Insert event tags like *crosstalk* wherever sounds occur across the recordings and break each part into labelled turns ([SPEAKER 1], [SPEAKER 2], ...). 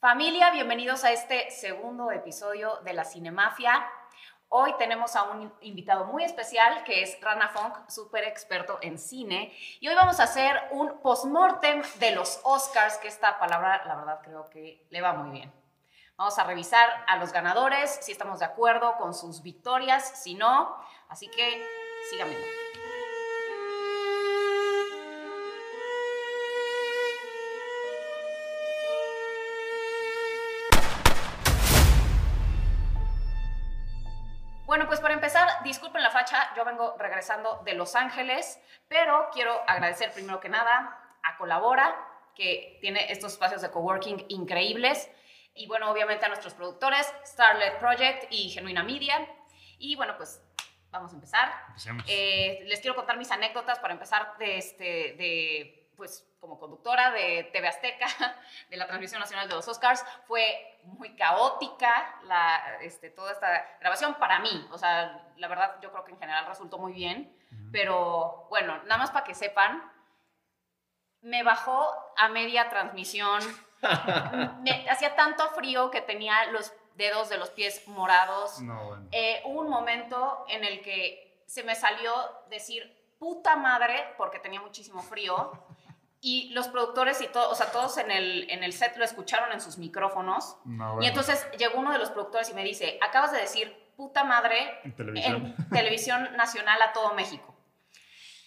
[SPEAKER 1] Familia, bienvenidos a este segundo episodio de la Cinemafia. Hoy tenemos a un invitado muy especial que es Rana Funk, súper experto en cine. Y hoy vamos a hacer un postmortem de los Oscars, que esta palabra, la verdad, creo que le va muy bien. Vamos a revisar a los ganadores, si estamos de acuerdo con sus victorias, si no. Así que síganme. Bueno, pues para empezar, disculpen la facha, yo vengo regresando de Los Ángeles, pero quiero agradecer primero que nada a Colabora, que tiene estos espacios de coworking increíbles, y bueno, obviamente a nuestros productores, Starlet Project y Genuina Media. Y bueno, pues vamos a empezar.
[SPEAKER 2] Empecemos.
[SPEAKER 1] Eh, les quiero contar mis anécdotas para empezar de, este, de, pues, como conductora de TV Azteca, *laughs* de la transmisión nacional de los Oscars. Fue muy caótica la, este, toda esta grabación para mí. O sea, la verdad, yo creo que en general resultó muy bien.
[SPEAKER 2] Ujú.
[SPEAKER 1] Pero bueno, nada más para que sepan, me bajó a media transmisión. Me- hacía tanto frío que tenía los dedos de los pies morados.
[SPEAKER 2] no, bueno.
[SPEAKER 1] Eh, hubo un momento en el que se me salió decir puta madre porque tenía muchísimo frío y los productores y todo, o sea, todos en el, en el set lo escucharon en sus micrófonos.
[SPEAKER 2] No,
[SPEAKER 1] Y
[SPEAKER 2] Ah, bueno.
[SPEAKER 1] entonces llegó uno de los productores y me dice, acabas de decir puta madre
[SPEAKER 2] En televisión.
[SPEAKER 1] en *laughs* televisión nacional a todo México.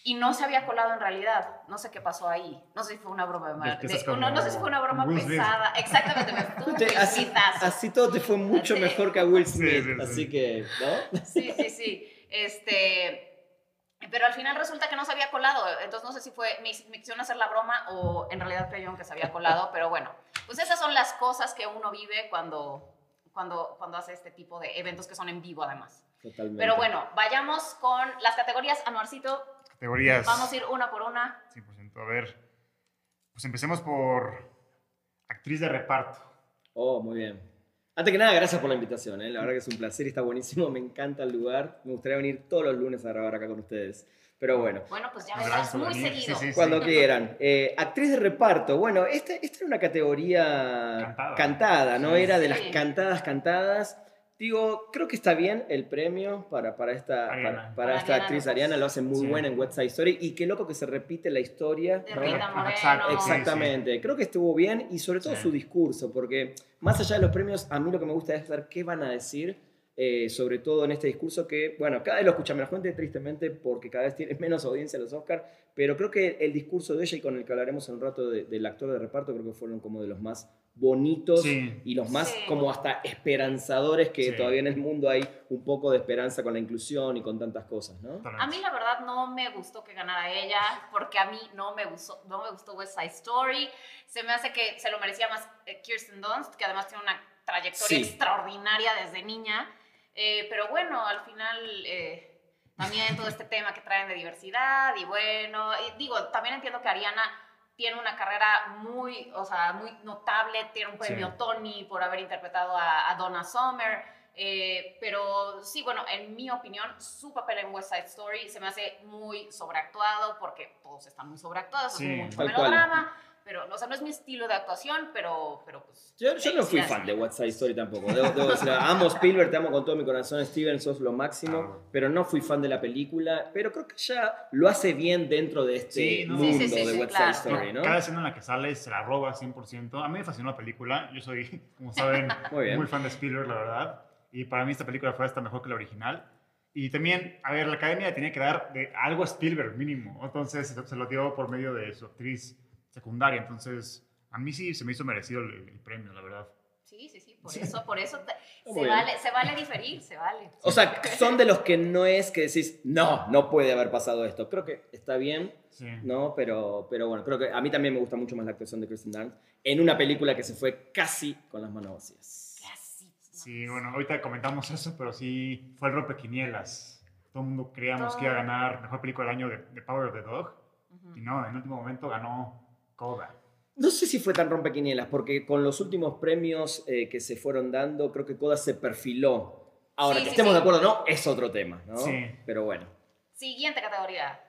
[SPEAKER 1] Y no se había colado en realidad. No sé qué pasó ahí. No sé si fue una broma
[SPEAKER 2] Del que
[SPEAKER 1] de-
[SPEAKER 2] estás
[SPEAKER 1] no, no sé si fue una broma
[SPEAKER 2] como Will Smith.
[SPEAKER 1] pesada. Exactamente, me tuve
[SPEAKER 3] Te-
[SPEAKER 1] un
[SPEAKER 3] así,
[SPEAKER 1] pitazo.
[SPEAKER 3] así todo te fue mucho
[SPEAKER 1] Así.
[SPEAKER 3] mejor que a Will
[SPEAKER 2] Sí,
[SPEAKER 3] Smith.
[SPEAKER 2] sí, sí.
[SPEAKER 3] Así que,
[SPEAKER 1] *laughs*
[SPEAKER 3] ¿no?
[SPEAKER 1] Sí, sí, sí. Este, pero al final resulta que no se había colado. Entonces no sé si fue, me, me quisieron hacer la broma o en realidad creyeron que se había colado. Pero bueno, pues esas son las cosas que uno vive cuando, cuando, cuando hace este tipo de eventos que son en vivo además.
[SPEAKER 3] Totalmente.
[SPEAKER 1] Pero bueno, vayamos con las categorías. Anuarcito,
[SPEAKER 2] Categorías.
[SPEAKER 1] vamos a ir una por una.
[SPEAKER 2] 100%. A ver. Pues empecemos por actriz de reparto.
[SPEAKER 3] Oh, muy bien. Antes que nada, gracias por la invitación. ¿eh? La verdad que es un placer y está buenísimo. Me encanta el lugar. Me gustaría venir todos los lunes a grabar acá con ustedes. Pero bueno,
[SPEAKER 1] Bueno, pues ya
[SPEAKER 2] No,
[SPEAKER 1] verás
[SPEAKER 2] gracias por
[SPEAKER 1] muy
[SPEAKER 2] venir.
[SPEAKER 1] seguido.
[SPEAKER 2] Sí, sí, sí.
[SPEAKER 3] cuando quieran. Eh, actriz de reparto. Bueno, esta, esta era una categoría
[SPEAKER 2] Cantada.
[SPEAKER 3] cantada, ¿no?
[SPEAKER 2] Sí.
[SPEAKER 3] Era de
[SPEAKER 1] Sí.
[SPEAKER 3] las cantadas, cantadas. Digo, creo que está bien el premio para, para esta,
[SPEAKER 2] Ariana.
[SPEAKER 3] para, para
[SPEAKER 1] Para
[SPEAKER 3] esta
[SPEAKER 1] Ariana
[SPEAKER 3] actriz
[SPEAKER 1] Rojas.
[SPEAKER 3] Ariana. Lo hace muy
[SPEAKER 2] Sí.
[SPEAKER 3] buena en West Side Story. Y qué loco que se repite la historia.
[SPEAKER 1] De
[SPEAKER 3] ¿no?
[SPEAKER 1] Rita
[SPEAKER 2] Ajá,
[SPEAKER 1] Moreno.
[SPEAKER 2] exacto, sí, sí.
[SPEAKER 3] Exactamente, creo que estuvo bien y sobre todo
[SPEAKER 2] Sí.
[SPEAKER 3] su discurso, porque más allá de los premios, a mí lo que me gusta es ver qué van a decir, eh, sobre todo en este discurso que, bueno, cada vez lo escucha menos gente, tristemente, porque cada vez tiene *laughs* menos audiencia los Oscars, pero creo que el discurso de ella y con el que hablaremos en un rato de- del actor de reparto, creo que fueron como de los más bonitos.
[SPEAKER 2] Sí.
[SPEAKER 3] Y los más
[SPEAKER 1] Sí.
[SPEAKER 3] como hasta esperanzadores que
[SPEAKER 2] Sí.
[SPEAKER 3] todavía en el mundo hay un poco de esperanza con la inclusión y con tantas cosas, ¿no?
[SPEAKER 1] A mí la verdad no me gustó que ganara ella, porque a mí no me gustó, no me gustó West Side Story. Se me hace que se lo merecía más eh, Kirsten Dunst, que además tiene una trayectoria
[SPEAKER 3] Sí.
[SPEAKER 1] extraordinaria desde niña. Eh, pero bueno, al final eh, también todo este tema que traen de diversidad y bueno, y digo, también entiendo que Ariana tiene una carrera muy, o sea, muy notable, tiene un premio
[SPEAKER 2] Sí.
[SPEAKER 1] Tony por haber interpretado a, a Donna Summer, eh, pero sí, bueno, en mi opinión, su papel en West Side Story se me hace muy sobreactuado porque todos están muy sobreactuados,
[SPEAKER 2] Sí,
[SPEAKER 1] es mucho
[SPEAKER 3] tal cual.
[SPEAKER 1] melodrama, pero, o sea, no es mi estilo de actuación, pero, pero pues...
[SPEAKER 3] Yo, yo no fui
[SPEAKER 1] felicidades.
[SPEAKER 3] fan de What's Side Story tampoco. Debo, debo decirlo.
[SPEAKER 1] *laughs*
[SPEAKER 3] Amo Spielberg, te amo con todo mi corazón, Steven, sos lo máximo.
[SPEAKER 2] Ah, bueno.
[SPEAKER 3] Pero no fui fan de la película. Pero creo que ya lo hace bien dentro de este
[SPEAKER 2] Sí, ¿no?
[SPEAKER 3] mundo
[SPEAKER 2] Sí,
[SPEAKER 1] sí, sí,
[SPEAKER 3] de
[SPEAKER 1] sí,
[SPEAKER 3] What's
[SPEAKER 1] claro.
[SPEAKER 3] Side Story, ¿no?
[SPEAKER 2] Cada escena en la que sale se la roba 100%. A mí me fascinó la película. Yo soy, *laughs* como saben,
[SPEAKER 3] Muy bien.
[SPEAKER 2] muy fan de Spielberg, la verdad. Y para mí esta película fue hasta mejor que la original. Y también, a ver, la academia le tenía que dar de algo a Spielberg mínimo. Entonces se lo- se lo dio por medio de su actriz secundaria. Entonces, a mí sí se me hizo merecido el, el premio, la verdad.
[SPEAKER 1] Sí, sí, sí, por
[SPEAKER 2] Sí.
[SPEAKER 1] eso, por eso te-
[SPEAKER 3] Muy
[SPEAKER 1] se,
[SPEAKER 3] bien.
[SPEAKER 1] vale, se vale diferir, se vale.
[SPEAKER 3] O sea, son de los que no es que decís, no, no puede haber pasado esto. Creo que está bien,
[SPEAKER 2] Sí.
[SPEAKER 3] ¿no? Pero, pero bueno, creo que a mí también me gusta mucho más la actuación de Kristen Dunst en una película que se fue casi con las manos vacías.
[SPEAKER 1] Casi, ¿no?
[SPEAKER 2] Sí, bueno, ahorita comentamos eso, pero sí fue el rompequinielas. Todo el mundo creíamos que iba a
[SPEAKER 1] Todo.
[SPEAKER 2] ganar mejor película del año de, de Power of the Dog.
[SPEAKER 1] Ujú.
[SPEAKER 2] Y no, en el último momento ganó Coda.
[SPEAKER 3] No sé si fue tan rompequinielas, porque con los últimos premios eh, que se fueron dando, creo que Coda se perfiló. Ahora,
[SPEAKER 1] Sí,
[SPEAKER 3] que
[SPEAKER 1] sí,
[SPEAKER 3] estemos
[SPEAKER 1] sí.
[SPEAKER 3] de acuerdo o no, es otro tema, ¿no?
[SPEAKER 2] Sí.
[SPEAKER 3] Pero bueno.
[SPEAKER 1] Siguiente categoría.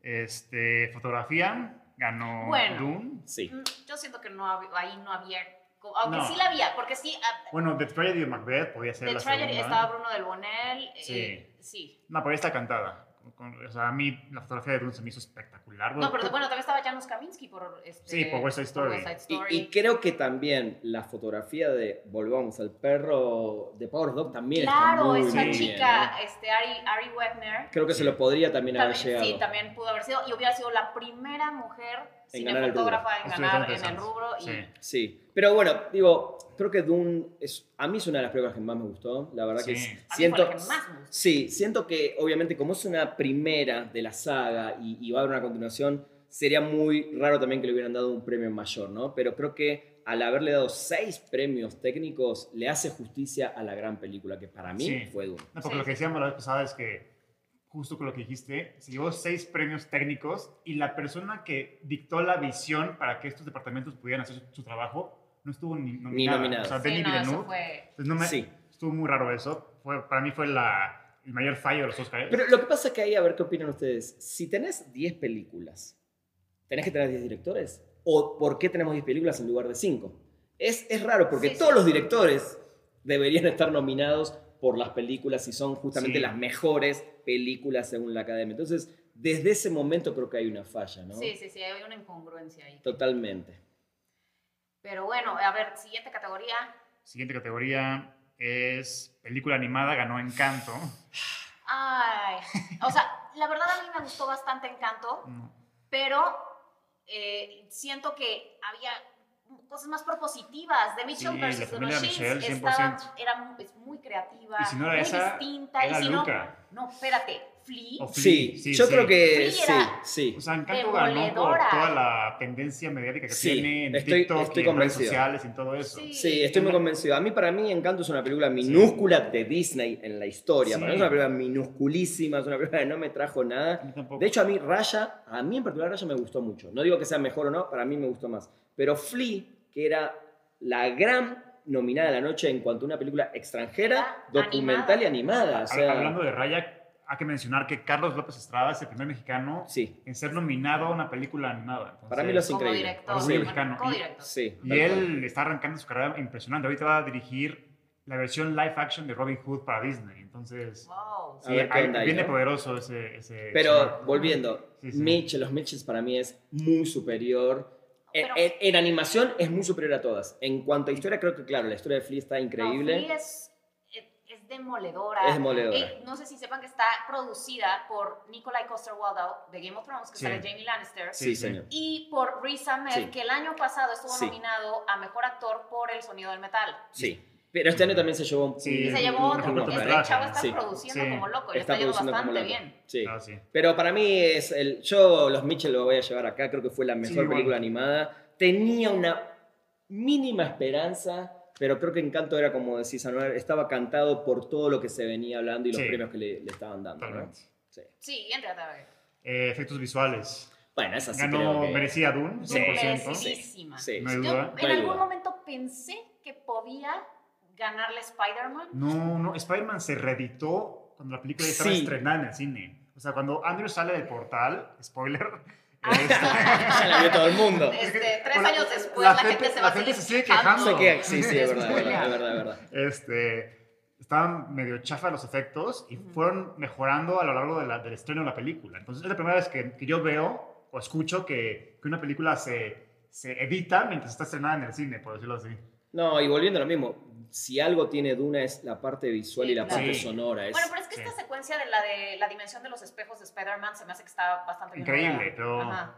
[SPEAKER 2] Este, fotografía, ganó
[SPEAKER 1] Bueno.
[SPEAKER 2] Dune.
[SPEAKER 3] Sí.
[SPEAKER 1] Mm, Yo siento que no, hab- ahí no había Como- Aunque
[SPEAKER 2] No.
[SPEAKER 1] sí la había, porque sí, ah,
[SPEAKER 2] Bueno, The Tragedy of Macbeth podía ser
[SPEAKER 1] The
[SPEAKER 2] la
[SPEAKER 1] Tragedy
[SPEAKER 2] segunda.
[SPEAKER 1] estaba Bruno del Bonel. eh,
[SPEAKER 2] Sí.
[SPEAKER 1] sí.
[SPEAKER 2] No, pero está cantada. Con- con- o sea, a mí la fotografía de Bruno se me hizo espectacular.
[SPEAKER 1] No, pero bueno, también estaba Janusz Kaminski por, este,
[SPEAKER 2] Sí, por West Side Story.
[SPEAKER 1] West Side
[SPEAKER 3] Y,
[SPEAKER 1] Story.
[SPEAKER 3] y creo que también la fotografía de Volvamos al perro de Power Dog también
[SPEAKER 1] claro,
[SPEAKER 3] está
[SPEAKER 1] esa
[SPEAKER 3] muy bien,
[SPEAKER 1] chica,
[SPEAKER 3] ¿no?
[SPEAKER 1] este, Ari, Ari Wegner.
[SPEAKER 3] Creo que se lo podría también,
[SPEAKER 1] También,
[SPEAKER 3] haber llegado.
[SPEAKER 1] sí, también pudo haber sido. Y hubiera sido la primera mujer
[SPEAKER 3] En ganar el
[SPEAKER 1] cinefotógrafa en
[SPEAKER 2] Estuvo
[SPEAKER 1] ganar en
[SPEAKER 2] interesante.
[SPEAKER 1] el rubro. Y,
[SPEAKER 2] Sí.
[SPEAKER 3] Sí, pero bueno, digo, creo que Dune es, a mí es una de las películas que más me gustó, la verdad
[SPEAKER 2] Sí.
[SPEAKER 3] que
[SPEAKER 2] A mí fue
[SPEAKER 1] la
[SPEAKER 3] siento,
[SPEAKER 1] que más me gustó.
[SPEAKER 3] sí, siento que obviamente como es una primera de la saga y, y va a haber una continuación, sería muy raro también que le hubieran dado un premio mayor, ¿no? Pero creo que al haberle dado seis premios técnicos le hace justicia a la gran película que para mí
[SPEAKER 2] Sí.
[SPEAKER 3] fue Dune.
[SPEAKER 2] No, porque
[SPEAKER 1] Sí.
[SPEAKER 2] lo que decíamos la vez pasada es que, justo con lo que dijiste, se llevó seis premios técnicos y la persona que dictó la visión para que estos departamentos pudieran hacer su, su trabajo no estuvo ni nominada.
[SPEAKER 3] nominada.
[SPEAKER 2] O sea,
[SPEAKER 1] Sí,
[SPEAKER 2] Ah, Denis
[SPEAKER 1] no, eso
[SPEAKER 2] Villeneuve.
[SPEAKER 1] fue.
[SPEAKER 2] Entonces, no me-
[SPEAKER 3] Sí.
[SPEAKER 2] Estuvo muy raro eso. Fue, para mí fue la, el mayor fallo de los Oscars.
[SPEAKER 3] Pero lo que pasa es que ahí, a ver qué opinan ustedes. Si tenés 10 películas, ¿tenés que tener 10 directores? ¿O por qué tenemos 10 películas en lugar de 5? Es, es raro, porque
[SPEAKER 1] Sí, sí.
[SPEAKER 3] todos los directores deberían estar nominados por las películas y son justamente
[SPEAKER 2] Sí.
[SPEAKER 3] las mejores películas según la academia. Entonces, desde ese momento creo que hay una falla, ¿no?
[SPEAKER 1] Sí, sí, sí, hay una incongruencia ahí.
[SPEAKER 3] Totalmente.
[SPEAKER 1] Pero bueno, a ver, siguiente categoría.
[SPEAKER 2] Siguiente categoría es película animada, ganó Encanto.
[SPEAKER 1] Ay, o sea, la verdad a mí me gustó bastante Encanto,
[SPEAKER 2] No.
[SPEAKER 1] pero eh, siento que había cosas más propositivas. De Mitchell
[SPEAKER 2] Sí, la
[SPEAKER 1] versus the
[SPEAKER 2] familia de
[SPEAKER 1] Machines
[SPEAKER 2] Michelle,
[SPEAKER 1] estaba,
[SPEAKER 2] 100%.
[SPEAKER 1] era mu- es muy creativa,
[SPEAKER 2] Y si no era
[SPEAKER 1] muy
[SPEAKER 2] esa,
[SPEAKER 1] distinta.
[SPEAKER 2] era
[SPEAKER 1] y si
[SPEAKER 2] Luca.
[SPEAKER 1] no, no, espérate,
[SPEAKER 3] Oh,
[SPEAKER 1] Flea.
[SPEAKER 2] O
[SPEAKER 3] Sí,
[SPEAKER 2] Sí, sí,
[SPEAKER 3] yo
[SPEAKER 2] sí.
[SPEAKER 3] creo que
[SPEAKER 1] Sí, era-
[SPEAKER 3] sí, sí.
[SPEAKER 2] O sea, Encanto ganó por
[SPEAKER 1] Demoledora.
[SPEAKER 2] toda la tendencia mediática que
[SPEAKER 3] Sí,
[SPEAKER 2] tiene en
[SPEAKER 3] estoy-
[SPEAKER 2] TikTok
[SPEAKER 3] estoy
[SPEAKER 2] y en redes
[SPEAKER 3] convencido.
[SPEAKER 2] sociales y en todo eso.
[SPEAKER 1] Sí.
[SPEAKER 3] Sí, estoy muy convencido. A mí, para mí, Encanto es una película minúscula de Disney en la historia.
[SPEAKER 2] Sí.
[SPEAKER 3] Para mí es una película minusculísima, es una película que no me trajo
[SPEAKER 2] A
[SPEAKER 3] nada.
[SPEAKER 2] mí tampoco.
[SPEAKER 3] De hecho, a mí Raya, a mí en particular Raya me gustó mucho. No digo que sea mejor o no, para mí me gustó más. Pero Flea, que era la gran nominada de la noche en cuanto a una película extranjera,
[SPEAKER 1] Era
[SPEAKER 3] documental y animada. O
[SPEAKER 2] Hab-
[SPEAKER 3] sea,
[SPEAKER 2] Hablando de Raya, hay que mencionar que Carlos López Estrada es el primer mexicano
[SPEAKER 3] sí,
[SPEAKER 2] en ser nominado a una película animada. Entonces,
[SPEAKER 3] para mí lo es
[SPEAKER 1] Como
[SPEAKER 3] increíble.
[SPEAKER 1] director,
[SPEAKER 2] Orgullo
[SPEAKER 1] bueno,
[SPEAKER 2] mexicano. Y-
[SPEAKER 1] co-director.
[SPEAKER 3] sí.
[SPEAKER 2] Y
[SPEAKER 3] tal cual.
[SPEAKER 2] él está arrancando su carrera impresionante. Ahorita va a dirigir la versión live action de Robin Hood para Disney. Entonces, eh,
[SPEAKER 1] Wow.
[SPEAKER 3] A ver qué
[SPEAKER 2] ahí
[SPEAKER 3] onda ahí,
[SPEAKER 2] viene
[SPEAKER 3] ¿no?
[SPEAKER 2] poderoso ese. ese
[SPEAKER 3] Pero
[SPEAKER 2] chamaco.
[SPEAKER 3] volviendo,
[SPEAKER 2] Sí, sí.
[SPEAKER 3] Mitch, los Mitchells para mí es muy superior. En,
[SPEAKER 1] Pero-
[SPEAKER 3] Eh, en- en animación es muy superior a todas. En cuanto a historia, creo que, claro, la historia de Flea está
[SPEAKER 1] No,
[SPEAKER 3] increíble.
[SPEAKER 1] Flea es, es, es demoledora.
[SPEAKER 3] Es demoledora.
[SPEAKER 1] Eh, no sé si sepan que está producida por Nikolai Coster-Waldau de Game of Thrones, que
[SPEAKER 2] Sí.
[SPEAKER 1] sale Jamie Lannister.
[SPEAKER 3] sí,
[SPEAKER 2] Sí,
[SPEAKER 3] señor.
[SPEAKER 1] Y por Riz Ahmed,
[SPEAKER 3] Sí.
[SPEAKER 1] que el año pasado estuvo
[SPEAKER 3] Sí.
[SPEAKER 1] nominado a Mejor Actor por El Sonido del Metal.
[SPEAKER 3] Sí. Pero este año también se llevó un.
[SPEAKER 2] Sí,
[SPEAKER 1] Y
[SPEAKER 3] un-
[SPEAKER 1] se
[SPEAKER 2] Mm,
[SPEAKER 1] llevó otro,
[SPEAKER 2] mejor
[SPEAKER 1] porque este
[SPEAKER 2] cortometraje.
[SPEAKER 1] chavo está
[SPEAKER 3] Sí.
[SPEAKER 1] produciendo
[SPEAKER 2] Sí.
[SPEAKER 1] como loco y le está yendo
[SPEAKER 3] produciendo como
[SPEAKER 1] bastante
[SPEAKER 3] loco.
[SPEAKER 1] bien.
[SPEAKER 3] Sí.
[SPEAKER 2] Ah, sí.
[SPEAKER 3] Pero para mí es el. Yo, los Mitchell lo voy a llevar acá. Creo que fue la mejor
[SPEAKER 2] Sí, bueno.
[SPEAKER 3] película animada. Tenía una mínima esperanza. Pero creo que Encanto era como decís, Anuel, estaba cantado por todo lo que se venía hablando y los
[SPEAKER 2] Sí.
[SPEAKER 3] premios que le, le estaban dando. ¿no?
[SPEAKER 2] Totalmente.
[SPEAKER 3] Sí.
[SPEAKER 1] Sí, entra a ver.
[SPEAKER 2] Eh, efectos visuales.
[SPEAKER 3] Bueno, esa sí creo
[SPEAKER 2] Ganó,
[SPEAKER 3] que-
[SPEAKER 2] merecía Dune,
[SPEAKER 3] Sí.
[SPEAKER 2] 100%.
[SPEAKER 1] Merecidísima.
[SPEAKER 3] Sí.
[SPEAKER 2] No hay
[SPEAKER 1] Yo
[SPEAKER 2] duda.
[SPEAKER 1] en
[SPEAKER 3] No hay
[SPEAKER 1] algún
[SPEAKER 3] duda.
[SPEAKER 1] momento pensé que podía ganarle Spider-Man.
[SPEAKER 2] No, no, Spider-Man se reeditó cuando la película ya estaba
[SPEAKER 3] Sí.
[SPEAKER 2] estrenada en el cine. O sea, cuando Andrew sale del portal, spoiler,
[SPEAKER 3] *laughs* Ya la
[SPEAKER 2] *laughs*
[SPEAKER 3] vio todo el mundo.
[SPEAKER 1] Este, tres
[SPEAKER 2] Bueno,
[SPEAKER 1] años después
[SPEAKER 2] la
[SPEAKER 1] la, gente,
[SPEAKER 2] gente-
[SPEAKER 1] se va
[SPEAKER 2] la gente
[SPEAKER 1] a
[SPEAKER 2] se
[SPEAKER 1] seguir
[SPEAKER 2] sigue quejando.
[SPEAKER 3] Sé que- sí, sí, es
[SPEAKER 2] Es
[SPEAKER 1] *laughs*
[SPEAKER 3] verdad, es
[SPEAKER 2] buena.
[SPEAKER 3] verdad, es verdad, es verdad. *laughs*
[SPEAKER 2] este, estaban medio chafa los efectos y
[SPEAKER 1] Ujú.
[SPEAKER 2] fueron mejorando a lo largo de la- del estreno de la película. Entonces, es la primera vez que, que yo veo o escucho que, que una película se, se edita mientras está estrenada en el cine, por decirlo así.
[SPEAKER 3] No, y volviendo a lo mismo, si algo tiene Duna es la parte visual y la
[SPEAKER 1] Sí,
[SPEAKER 3] parte
[SPEAKER 2] claro.
[SPEAKER 3] sonora. Es,
[SPEAKER 1] Bueno, pero es que
[SPEAKER 2] Sí.
[SPEAKER 1] esta secuencia de la de la dimensión de los espejos de Spider-Man se me hace que está bastante bien
[SPEAKER 2] Increíble,
[SPEAKER 1] lograda.
[SPEAKER 2] pero...
[SPEAKER 1] Ajá.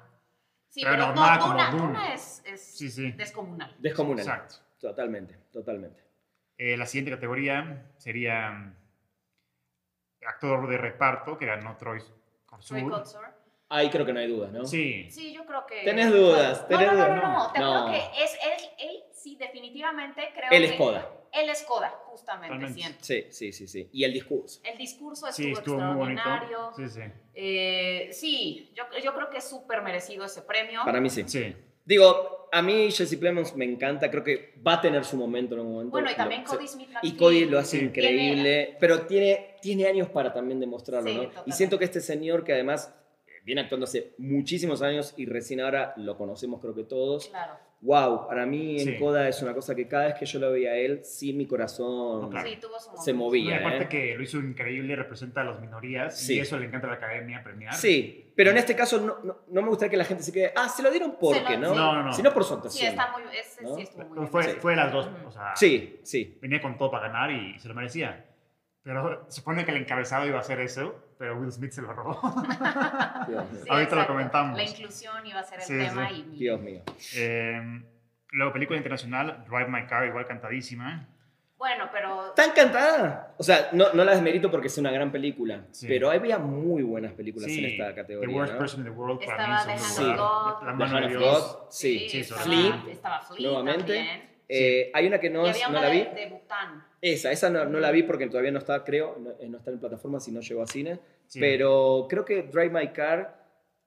[SPEAKER 1] Sí,
[SPEAKER 2] pero
[SPEAKER 1] pero, no,
[SPEAKER 2] normal, como
[SPEAKER 1] Duna,
[SPEAKER 2] Dune.
[SPEAKER 1] Duna es, es
[SPEAKER 2] Sí, sí.
[SPEAKER 1] descomunal.
[SPEAKER 3] Descomunal.
[SPEAKER 2] Exacto.
[SPEAKER 3] Totalmente, totalmente.
[SPEAKER 2] Eh, la siguiente categoría sería mm, actor de reparto, que ganó Troy
[SPEAKER 1] Troy
[SPEAKER 2] Kotsur.
[SPEAKER 1] Kotsur.
[SPEAKER 3] Ahí creo que no hay dudas, ¿no?
[SPEAKER 2] Sí,
[SPEAKER 1] Sí, yo creo que...
[SPEAKER 3] Tenés dudas,
[SPEAKER 1] No,
[SPEAKER 3] tenés
[SPEAKER 1] no, no,
[SPEAKER 3] dudas.
[SPEAKER 1] No, no, no, te
[SPEAKER 3] No.
[SPEAKER 1] juro que es él, él sí definitivamente creo
[SPEAKER 3] Él
[SPEAKER 1] que...
[SPEAKER 3] es Coda.
[SPEAKER 1] Él es Coda, justamente,
[SPEAKER 2] Totalmente.
[SPEAKER 1] siento.
[SPEAKER 3] Sí, sí, sí, sí. Y el discurso.
[SPEAKER 1] El discurso estuvo,
[SPEAKER 2] sí, estuvo muy bonito.
[SPEAKER 1] extraordinario.
[SPEAKER 2] Sí, sí.
[SPEAKER 1] Eh, sí, yo, yo creo que es súper merecido ese premio.
[SPEAKER 3] Para mí sí.
[SPEAKER 2] Sí,
[SPEAKER 3] Digo, a mí Jesse Plemons me encanta, creo que va a tener su momento en un momento.
[SPEAKER 1] Bueno, y
[SPEAKER 3] Lo-
[SPEAKER 1] también
[SPEAKER 3] sí.
[SPEAKER 1] Cody Smith.
[SPEAKER 3] Y Cody lo hace
[SPEAKER 2] Sí.
[SPEAKER 3] increíble, pero tiene, tiene años para también demostrarlo,
[SPEAKER 1] Sí,
[SPEAKER 3] ¿no? Y
[SPEAKER 1] totalmente.
[SPEAKER 3] siento que este señor que además eh, viene actuando hace muchísimos años y recién ahora lo conocemos creo que todos,
[SPEAKER 1] Claro.
[SPEAKER 3] wow, para mí en
[SPEAKER 2] Sí.
[SPEAKER 3] Coda es una cosa que cada vez que yo lo veía a él, sí mi corazón
[SPEAKER 2] No, claro.
[SPEAKER 1] Sí, tuvo su
[SPEAKER 3] se
[SPEAKER 1] momento.
[SPEAKER 2] Y
[SPEAKER 3] movía.
[SPEAKER 2] aparte
[SPEAKER 3] ¿eh?
[SPEAKER 2] que lo hizo increíble, representa a las minorías
[SPEAKER 3] Sí.
[SPEAKER 2] y eso le encanta a la academia premiar.
[SPEAKER 3] Sí, pero en este caso no, no, no me gustaría que la gente se quede, ah, se lo dieron porque,
[SPEAKER 1] Se lo-
[SPEAKER 3] ¿no?
[SPEAKER 1] sí.
[SPEAKER 2] No, no, no.
[SPEAKER 3] Sino por su actuación.
[SPEAKER 1] Sí, está muy, ese
[SPEAKER 3] ¿No?
[SPEAKER 1] sí estuvo muy
[SPEAKER 2] Pero
[SPEAKER 1] bien.
[SPEAKER 2] fue,
[SPEAKER 3] Sí.
[SPEAKER 2] fue de las dos,
[SPEAKER 1] Ujú.
[SPEAKER 2] o sea,
[SPEAKER 3] sí, sí.
[SPEAKER 2] venía con todo para ganar y se lo merecía. Pero se supone que el encabezado iba a hacer eso, pero Will Smith se lo
[SPEAKER 3] *laughs*
[SPEAKER 2] robó. *laughs*
[SPEAKER 3] Dios mío.
[SPEAKER 1] Sí,
[SPEAKER 2] Ahorita lo
[SPEAKER 1] exacto.
[SPEAKER 2] comentamos.
[SPEAKER 1] La inclusión iba a ser el
[SPEAKER 2] Sí,
[SPEAKER 1] tema
[SPEAKER 2] sí.
[SPEAKER 1] y
[SPEAKER 3] Dios mío.
[SPEAKER 2] Eh, luego, película internacional, Drive My Car, igual cantadísima.
[SPEAKER 1] bueno, pero
[SPEAKER 3] Está encantada. O sea, no, no la desmerito porque es una gran película,
[SPEAKER 2] Sí.
[SPEAKER 3] pero había muy buenas películas en esta
[SPEAKER 2] The
[SPEAKER 3] categoría.
[SPEAKER 2] Worst
[SPEAKER 3] ¿no?
[SPEAKER 2] Person in the World para mí
[SPEAKER 1] Estaba
[SPEAKER 2] es un
[SPEAKER 1] The
[SPEAKER 2] lugar.
[SPEAKER 3] Hand
[SPEAKER 1] of God.
[SPEAKER 2] La
[SPEAKER 1] The
[SPEAKER 2] mano
[SPEAKER 3] Hand
[SPEAKER 2] de
[SPEAKER 3] of
[SPEAKER 2] Dios.
[SPEAKER 3] God, sí.
[SPEAKER 2] Sí,
[SPEAKER 1] estaba,
[SPEAKER 2] Flip.
[SPEAKER 1] estaba Flip
[SPEAKER 3] Nuevamente.
[SPEAKER 1] también.
[SPEAKER 3] Eh, Hay una que no,
[SPEAKER 1] y
[SPEAKER 3] es-
[SPEAKER 1] había
[SPEAKER 3] no
[SPEAKER 1] una
[SPEAKER 3] la vi.
[SPEAKER 1] de, de Bután.
[SPEAKER 3] Esa, esa no, no la vi porque todavía no está, creo, no, eh, no está en plataforma si no llegó a cine.
[SPEAKER 2] Sí.
[SPEAKER 3] Pero creo que Drive My Car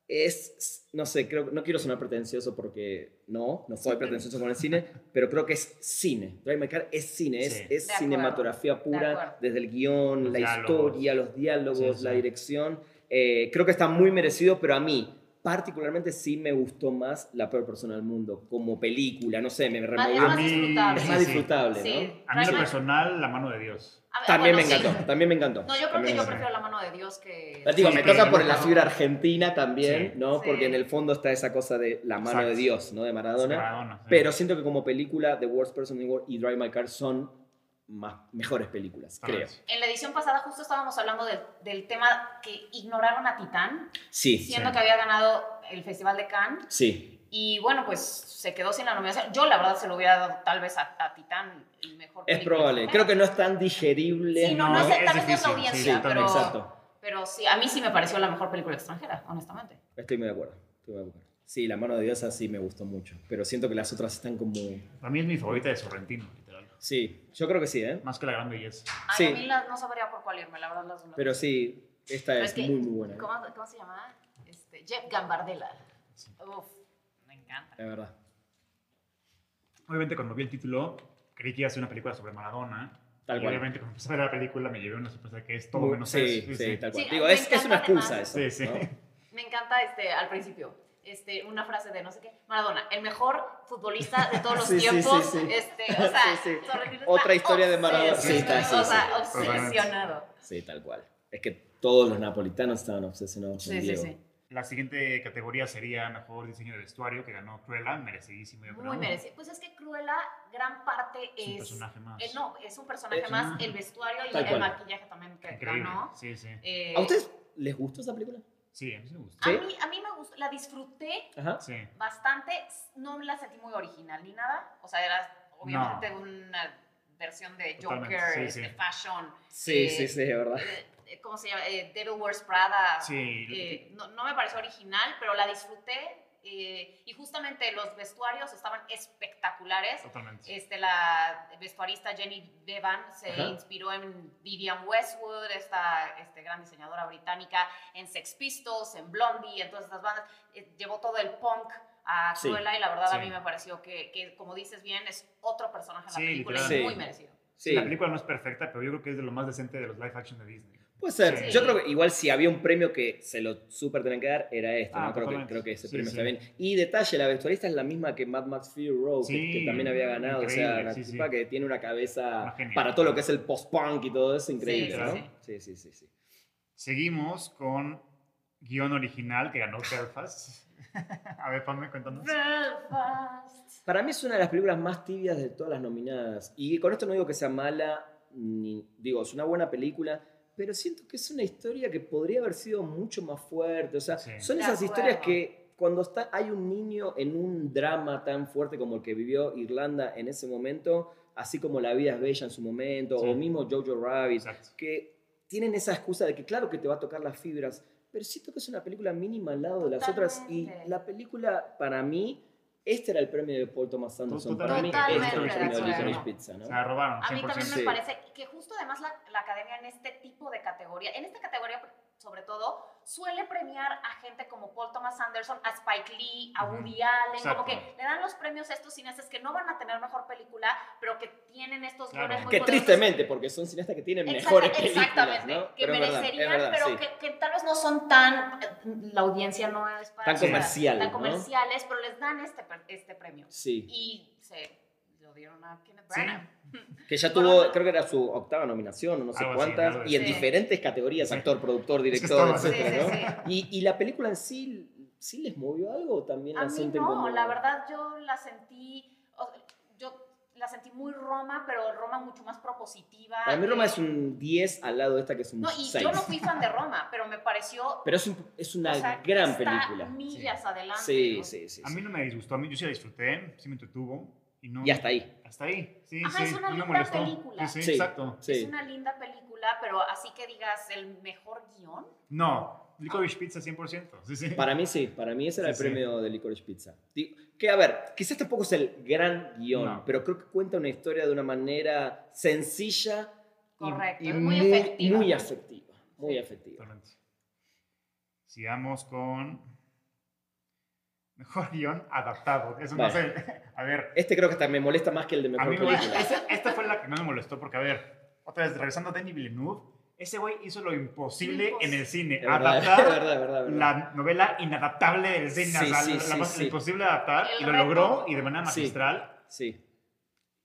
[SPEAKER 3] es, no sé, creo, no quiero sonar pretencioso porque no, no soy pretencioso con
[SPEAKER 2] *laughs*
[SPEAKER 3] el cine, pero creo que es cine. Drive My Car es cine, es,
[SPEAKER 2] Sí.
[SPEAKER 3] es
[SPEAKER 1] De acuerdo,
[SPEAKER 3] cinematografía
[SPEAKER 1] de
[SPEAKER 3] pura,
[SPEAKER 1] acuerdo.
[SPEAKER 3] desde el guión,
[SPEAKER 2] Los
[SPEAKER 3] la
[SPEAKER 2] diálogos.
[SPEAKER 3] historia, los diálogos,
[SPEAKER 2] Sí, sí.
[SPEAKER 3] la dirección. Eh, creo que está muy merecido, pero a mí particularmente sí me gustó más La peor persona del mundo como película, no sé, me
[SPEAKER 1] es
[SPEAKER 3] removió.
[SPEAKER 1] más disfrutable.
[SPEAKER 3] Es
[SPEAKER 2] sí,
[SPEAKER 3] más
[SPEAKER 2] sí.
[SPEAKER 3] disfrutable,
[SPEAKER 1] Ah, Sí.
[SPEAKER 2] A
[SPEAKER 3] ¿no?
[SPEAKER 2] mí, en lo
[SPEAKER 1] Drive My-
[SPEAKER 2] personal, La mano de Dios.
[SPEAKER 1] A ver, Ah,
[SPEAKER 3] También
[SPEAKER 1] bueno,
[SPEAKER 3] me
[SPEAKER 1] sí.
[SPEAKER 3] encantó, también me encantó.
[SPEAKER 1] No, yo creo que
[SPEAKER 3] También
[SPEAKER 1] yo
[SPEAKER 3] me encantó. Pues
[SPEAKER 1] prefiero la mano de Dios que.
[SPEAKER 3] Digo,
[SPEAKER 2] Sí,
[SPEAKER 3] me
[SPEAKER 2] pero-
[SPEAKER 3] toca por la fibra argentina también,
[SPEAKER 2] Sí.
[SPEAKER 3] ¿no?
[SPEAKER 1] Sí.
[SPEAKER 3] Porque en el fondo está esa cosa de la mano
[SPEAKER 2] Exacto.
[SPEAKER 3] de Dios, ¿no? De Maradona.
[SPEAKER 2] Maradona, sí.
[SPEAKER 3] Pero siento que como película, The Worst Person in the World y Drive My Car son más, mejores películas,
[SPEAKER 2] Ah,
[SPEAKER 3] creo.
[SPEAKER 2] sí.
[SPEAKER 1] En la edición pasada justo estábamos hablando del- del tema que ignoraron a Titán,
[SPEAKER 3] Sí,
[SPEAKER 1] siendo
[SPEAKER 2] Sí.
[SPEAKER 1] que había ganado el Festival de Cannes.
[SPEAKER 3] sí.
[SPEAKER 1] Y bueno, pues se quedó sin la nominación. Yo la verdad se lo hubiera dado tal vez a, a Titán el mejor.
[SPEAKER 3] Es probable. Creo que no es tan digerible.
[SPEAKER 1] Sí, no, no,
[SPEAKER 2] No,
[SPEAKER 1] sé,
[SPEAKER 2] es
[SPEAKER 1] tal vez no es la
[SPEAKER 2] difícil, sí,
[SPEAKER 1] audiencia,
[SPEAKER 2] también,
[SPEAKER 1] pero,
[SPEAKER 3] Exacto.
[SPEAKER 1] pero sí, a mí sí me pareció la mejor película extranjera, honestamente.
[SPEAKER 3] Estoy muy de acuerdo. Estoy muy de acuerdo. Sí, La mano de Dios así me gustó mucho. Pero siento que las otras están como...
[SPEAKER 2] Para mí es mi favorita de Sorrentino, literal.
[SPEAKER 3] Sí, yo creo que sí, ¿eh?
[SPEAKER 2] Más que la gran belleza.
[SPEAKER 1] Ay,
[SPEAKER 3] Sí.
[SPEAKER 1] a mí la- no sabría por cuál irme, la verdad. Las dos.
[SPEAKER 3] Pero sí, esta
[SPEAKER 1] Pero
[SPEAKER 3] es,
[SPEAKER 1] es que-
[SPEAKER 3] muy, muy buena. ¿eh?
[SPEAKER 1] ¿Cómo, cómo se llama? Este, Jeff Gambardella.
[SPEAKER 2] Sí.
[SPEAKER 1] Uf, me encanta.
[SPEAKER 3] La verdad.
[SPEAKER 2] Obviamente, cuando vi el título, creí que iba a ser una película sobre Maradona.
[SPEAKER 3] Tal
[SPEAKER 2] Y
[SPEAKER 3] cual.
[SPEAKER 2] Obviamente, cuando empecé a ver la película, me llevé una sorpresa que es todo
[SPEAKER 3] Muy-
[SPEAKER 2] menos
[SPEAKER 3] sí,
[SPEAKER 2] eso.
[SPEAKER 3] sí, tal cual.
[SPEAKER 1] Sí,
[SPEAKER 3] Digo,
[SPEAKER 1] me
[SPEAKER 3] es, es
[SPEAKER 1] encanta
[SPEAKER 3] una excusa
[SPEAKER 1] además.
[SPEAKER 3] eso.
[SPEAKER 2] Sí, sí.
[SPEAKER 3] ¿no?
[SPEAKER 1] Me encanta este, al principio. Este, una frase de no sé qué, Maradona, el mejor futbolista de todos los
[SPEAKER 3] *laughs* Sí, sí,
[SPEAKER 1] tiempos.
[SPEAKER 3] sí, sí.
[SPEAKER 1] Este, o sea,
[SPEAKER 3] *laughs* Sí, sí.
[SPEAKER 1] Sorrentino está
[SPEAKER 3] Otra historia de Maradona.
[SPEAKER 2] Sí, está,
[SPEAKER 1] obsesionado,
[SPEAKER 3] sí,
[SPEAKER 1] o
[SPEAKER 3] sí.
[SPEAKER 1] sea,
[SPEAKER 2] Totalmente.
[SPEAKER 1] obsesionado.
[SPEAKER 3] Sí, tal cual. Es que todos los napolitanos estaban obsesionados con
[SPEAKER 1] Sí, sí,
[SPEAKER 3] Diego.
[SPEAKER 1] sí.
[SPEAKER 2] La siguiente categoría sería mejor diseño de vestuario, que ganó Cruella, merecidísimo. yo
[SPEAKER 1] Muy
[SPEAKER 2] creo.
[SPEAKER 1] merecido. Pues es que Cruella, gran parte
[SPEAKER 2] Es un
[SPEAKER 1] es.
[SPEAKER 2] personaje más.
[SPEAKER 1] eh, no, es un personaje
[SPEAKER 3] Es-
[SPEAKER 1] más, el vestuario y
[SPEAKER 3] Tal
[SPEAKER 1] el
[SPEAKER 3] cual.
[SPEAKER 1] maquillaje también que
[SPEAKER 2] Increíble.
[SPEAKER 1] ganó.
[SPEAKER 2] Sí, sí.
[SPEAKER 1] Eh,
[SPEAKER 3] ¿A ustedes les gustó esa película?
[SPEAKER 2] Sí, a mí sí me gustó.
[SPEAKER 1] A
[SPEAKER 3] ¿Sí?
[SPEAKER 1] mí, a mí me gustó, la disfruté
[SPEAKER 3] Ajá.
[SPEAKER 2] Sí.
[SPEAKER 1] bastante, no la sentí muy original ni nada, o sea, era obviamente una versión de
[SPEAKER 2] Totalmente,
[SPEAKER 1] Joker,
[SPEAKER 2] sí,
[SPEAKER 1] este,
[SPEAKER 2] sí.
[SPEAKER 1] Fashion,
[SPEAKER 3] Sí,
[SPEAKER 1] Eh,
[SPEAKER 3] sí, sí, de verdad.
[SPEAKER 1] eh, eh, ¿cómo se llama? Eh, Devil Wears Prada.
[SPEAKER 2] Sí.
[SPEAKER 1] Eh, no, no me pareció original, pero la disfruté eh, y justamente los vestuarios estaban espectaculares.
[SPEAKER 2] Totalmente.
[SPEAKER 1] Este, la vestuarista Jenny Bevan se
[SPEAKER 3] Ajá.
[SPEAKER 1] inspiró en Vivian Westwood, esta este, gran diseñadora británica, en Sex Pistols, en Blondie, en todas estas bandas. Eh, llevó todo el punk a
[SPEAKER 3] Sí,
[SPEAKER 1] Cruella y la verdad a
[SPEAKER 2] sí.
[SPEAKER 1] mí me pareció que, que, como dices bien, es otro personaje en la
[SPEAKER 2] Sí,
[SPEAKER 1] película y
[SPEAKER 2] literal.
[SPEAKER 1] muy
[SPEAKER 3] Sí.
[SPEAKER 1] merecido.
[SPEAKER 2] Sí.
[SPEAKER 3] Sí.
[SPEAKER 2] La película no es perfecta, pero yo creo que es de lo más decente de los live action de Disney.
[SPEAKER 3] Puede ser.
[SPEAKER 2] Sí.
[SPEAKER 3] Yo creo que igual si había un premio que se lo súper tenían que dar, era este.
[SPEAKER 2] Ah,
[SPEAKER 3] ¿no? creo, que,
[SPEAKER 2] totalmente.
[SPEAKER 3] creo que ese
[SPEAKER 2] Sí,
[SPEAKER 3] premio
[SPEAKER 2] sí.
[SPEAKER 3] está bien. Y detalle, la vestuarista es la misma que Mad Max Fury Road, que-
[SPEAKER 2] Sí,
[SPEAKER 3] que, también había ganado. O sea,
[SPEAKER 2] increíble,
[SPEAKER 3] una
[SPEAKER 2] sí, sí.
[SPEAKER 3] tipa que tiene una cabeza
[SPEAKER 2] Una genia.
[SPEAKER 3] para todo lo que es el post-punk y todo eso, increíble,
[SPEAKER 2] sí,
[SPEAKER 3] ¿no?
[SPEAKER 1] sí.
[SPEAKER 3] Sí, sí, sí. sí.
[SPEAKER 2] Seguimos con guión original que ganó
[SPEAKER 1] *laughs*
[SPEAKER 2] Belfast. a ver, Pam, cuéntanos.
[SPEAKER 1] Belfast.
[SPEAKER 3] Para mí es una de las películas más tibias de todas las nominadas. Y con esto no digo que sea mala, ni digo, es una buena película, pero siento que es una historia que podría haber sido mucho más fuerte. O sea,
[SPEAKER 2] Sí.
[SPEAKER 3] son
[SPEAKER 1] De
[SPEAKER 3] esas
[SPEAKER 1] acuerdo.
[SPEAKER 3] historias que cuando está, hay un niño en un drama tan fuerte como el que vivió Irlanda en ese momento, así como La vida es bella en su momento,
[SPEAKER 2] Sí.
[SPEAKER 3] o mismo Jojo Rabbit,
[SPEAKER 2] Exacto.
[SPEAKER 3] que tienen esa excusa de que claro que te va a tocar las fibras, pero siento que es una película mínima al lado de las otras y
[SPEAKER 1] Totalmente.
[SPEAKER 3] la película para mí, este era el premio de Paul Thomas Anderson, para mí este
[SPEAKER 1] Totalmente
[SPEAKER 3] es el premio
[SPEAKER 1] de
[SPEAKER 3] de Licorice
[SPEAKER 1] acuerdo.
[SPEAKER 3] Pizza, ¿no?
[SPEAKER 2] Se la robaron, 100%.
[SPEAKER 1] A mí también me
[SPEAKER 3] Sí.
[SPEAKER 1] parece que justo además la, la academia en este tipo de categoría, en esta categoría sobre todo, suele premiar a gente como Paul Thomas Anderson, a Spike Lee, a
[SPEAKER 2] Ujú.
[SPEAKER 1] Woody Allen, como
[SPEAKER 2] Exacto.
[SPEAKER 1] que le dan los premios a estos cineastas que no van a tener mejor película, pero que tienen estos
[SPEAKER 2] Claro.
[SPEAKER 1] valores muy
[SPEAKER 3] Que
[SPEAKER 1] poderosos.
[SPEAKER 3] tristemente, porque son cineastas que tienen
[SPEAKER 1] Exacta-
[SPEAKER 3] mejores películas,
[SPEAKER 1] Exactamente,
[SPEAKER 3] ¿no?
[SPEAKER 1] que
[SPEAKER 3] Pero es verdad, es
[SPEAKER 1] merecerían,
[SPEAKER 3] verdad,
[SPEAKER 1] pero
[SPEAKER 3] sí.
[SPEAKER 1] que, que tal vez no son tan, eh, la audiencia no es para
[SPEAKER 3] Tan
[SPEAKER 1] nada,
[SPEAKER 3] comercial,
[SPEAKER 1] tan
[SPEAKER 3] ¿no?
[SPEAKER 1] comerciales, pero les dan este, pre- este premio.
[SPEAKER 3] Sí.
[SPEAKER 1] Y se lo dieron a Kenneth Branagh.
[SPEAKER 3] Que ya
[SPEAKER 1] Bueno,
[SPEAKER 3] tuvo,
[SPEAKER 1] no.
[SPEAKER 3] creo que era su octava nominación, o no sé
[SPEAKER 2] Algo así,
[SPEAKER 3] cuántas,
[SPEAKER 2] algo
[SPEAKER 3] y en
[SPEAKER 1] así.
[SPEAKER 3] diferentes categorías,
[SPEAKER 2] Sí.
[SPEAKER 3] actor, productor,
[SPEAKER 2] que
[SPEAKER 3] director,
[SPEAKER 2] estaba-
[SPEAKER 3] etcétera,
[SPEAKER 1] Sí, sí,
[SPEAKER 3] ¿no?
[SPEAKER 1] sí.
[SPEAKER 3] Y, y la película en sí, ¿sí les movió algo o también
[SPEAKER 1] A
[SPEAKER 3] la
[SPEAKER 1] mí
[SPEAKER 3] sienten
[SPEAKER 1] no,
[SPEAKER 3] como-
[SPEAKER 1] la verdad yo la sentí, o- yo la sentí muy Roma, pero Roma mucho más propositiva.
[SPEAKER 3] Para mí Roma
[SPEAKER 1] Eh,
[SPEAKER 3] es un 10 al lado de esta que es un
[SPEAKER 1] No, y
[SPEAKER 3] 6.
[SPEAKER 1] yo no fui fan de Roma, pero me pareció...
[SPEAKER 3] *laughs* Pero es, un- es una
[SPEAKER 1] o sea,
[SPEAKER 3] gran
[SPEAKER 1] está
[SPEAKER 3] película.
[SPEAKER 1] millas adelante.
[SPEAKER 3] Sí,
[SPEAKER 1] ¿no?
[SPEAKER 3] sí, sí.
[SPEAKER 2] A
[SPEAKER 3] sí.
[SPEAKER 2] mí no me disgustó, a mí yo sí la disfruté, sí me entretuvo. Y, no,
[SPEAKER 3] Y hasta ahí.
[SPEAKER 2] Hasta ahí, sí,
[SPEAKER 1] Ajá,
[SPEAKER 2] sí,
[SPEAKER 1] es una
[SPEAKER 2] no me
[SPEAKER 1] linda
[SPEAKER 2] molestó.
[SPEAKER 1] película.
[SPEAKER 2] Sí, sí,
[SPEAKER 3] Sí.
[SPEAKER 2] exacto.
[SPEAKER 1] Es
[SPEAKER 3] Sí.
[SPEAKER 1] una linda película, pero así que digas el mejor guión.
[SPEAKER 2] No,
[SPEAKER 1] Ah.
[SPEAKER 2] Licorice Pizza 100%. Sí, sí.
[SPEAKER 3] Para mí sí, para mí ese era
[SPEAKER 2] Sí,
[SPEAKER 3] el
[SPEAKER 2] sí.
[SPEAKER 3] premio de Licorice Pizza. Digo, que a ver, quizás tampoco es el gran guión,
[SPEAKER 2] No.
[SPEAKER 3] pero creo que cuenta una historia de una manera sencilla y-
[SPEAKER 1] Correcto,
[SPEAKER 3] y,
[SPEAKER 1] es muy
[SPEAKER 3] muy,
[SPEAKER 1] efectiva.
[SPEAKER 3] muy afectiva. Muy afectiva.
[SPEAKER 2] Totalmente. Sigamos con. Mejor guión adaptado. Eso no
[SPEAKER 3] Vale.
[SPEAKER 2] sé. *laughs* A ver,
[SPEAKER 3] Este creo que hasta me molesta más que el de
[SPEAKER 2] a
[SPEAKER 3] mejor
[SPEAKER 2] mí me-
[SPEAKER 3] película.
[SPEAKER 2] esa- esta fue la que no me molestó porque, a ver, otra vez, regresando a Denis Villeneuve, ese güey hizo lo imposible
[SPEAKER 1] Impos-
[SPEAKER 2] en el cine.
[SPEAKER 3] Es verdad, *laughs* es
[SPEAKER 2] adaptar
[SPEAKER 3] verdad, es verdad, es verdad.
[SPEAKER 2] la novela inadaptable del cine.
[SPEAKER 3] Sí,
[SPEAKER 2] o sea,
[SPEAKER 3] sí,
[SPEAKER 2] la, la
[SPEAKER 3] sí,
[SPEAKER 2] más
[SPEAKER 3] sí.
[SPEAKER 2] imposible de adaptar.
[SPEAKER 1] El
[SPEAKER 2] y lo
[SPEAKER 1] reto.
[SPEAKER 2] logró y de manera
[SPEAKER 3] Sí.
[SPEAKER 2] magistral.
[SPEAKER 3] Sí,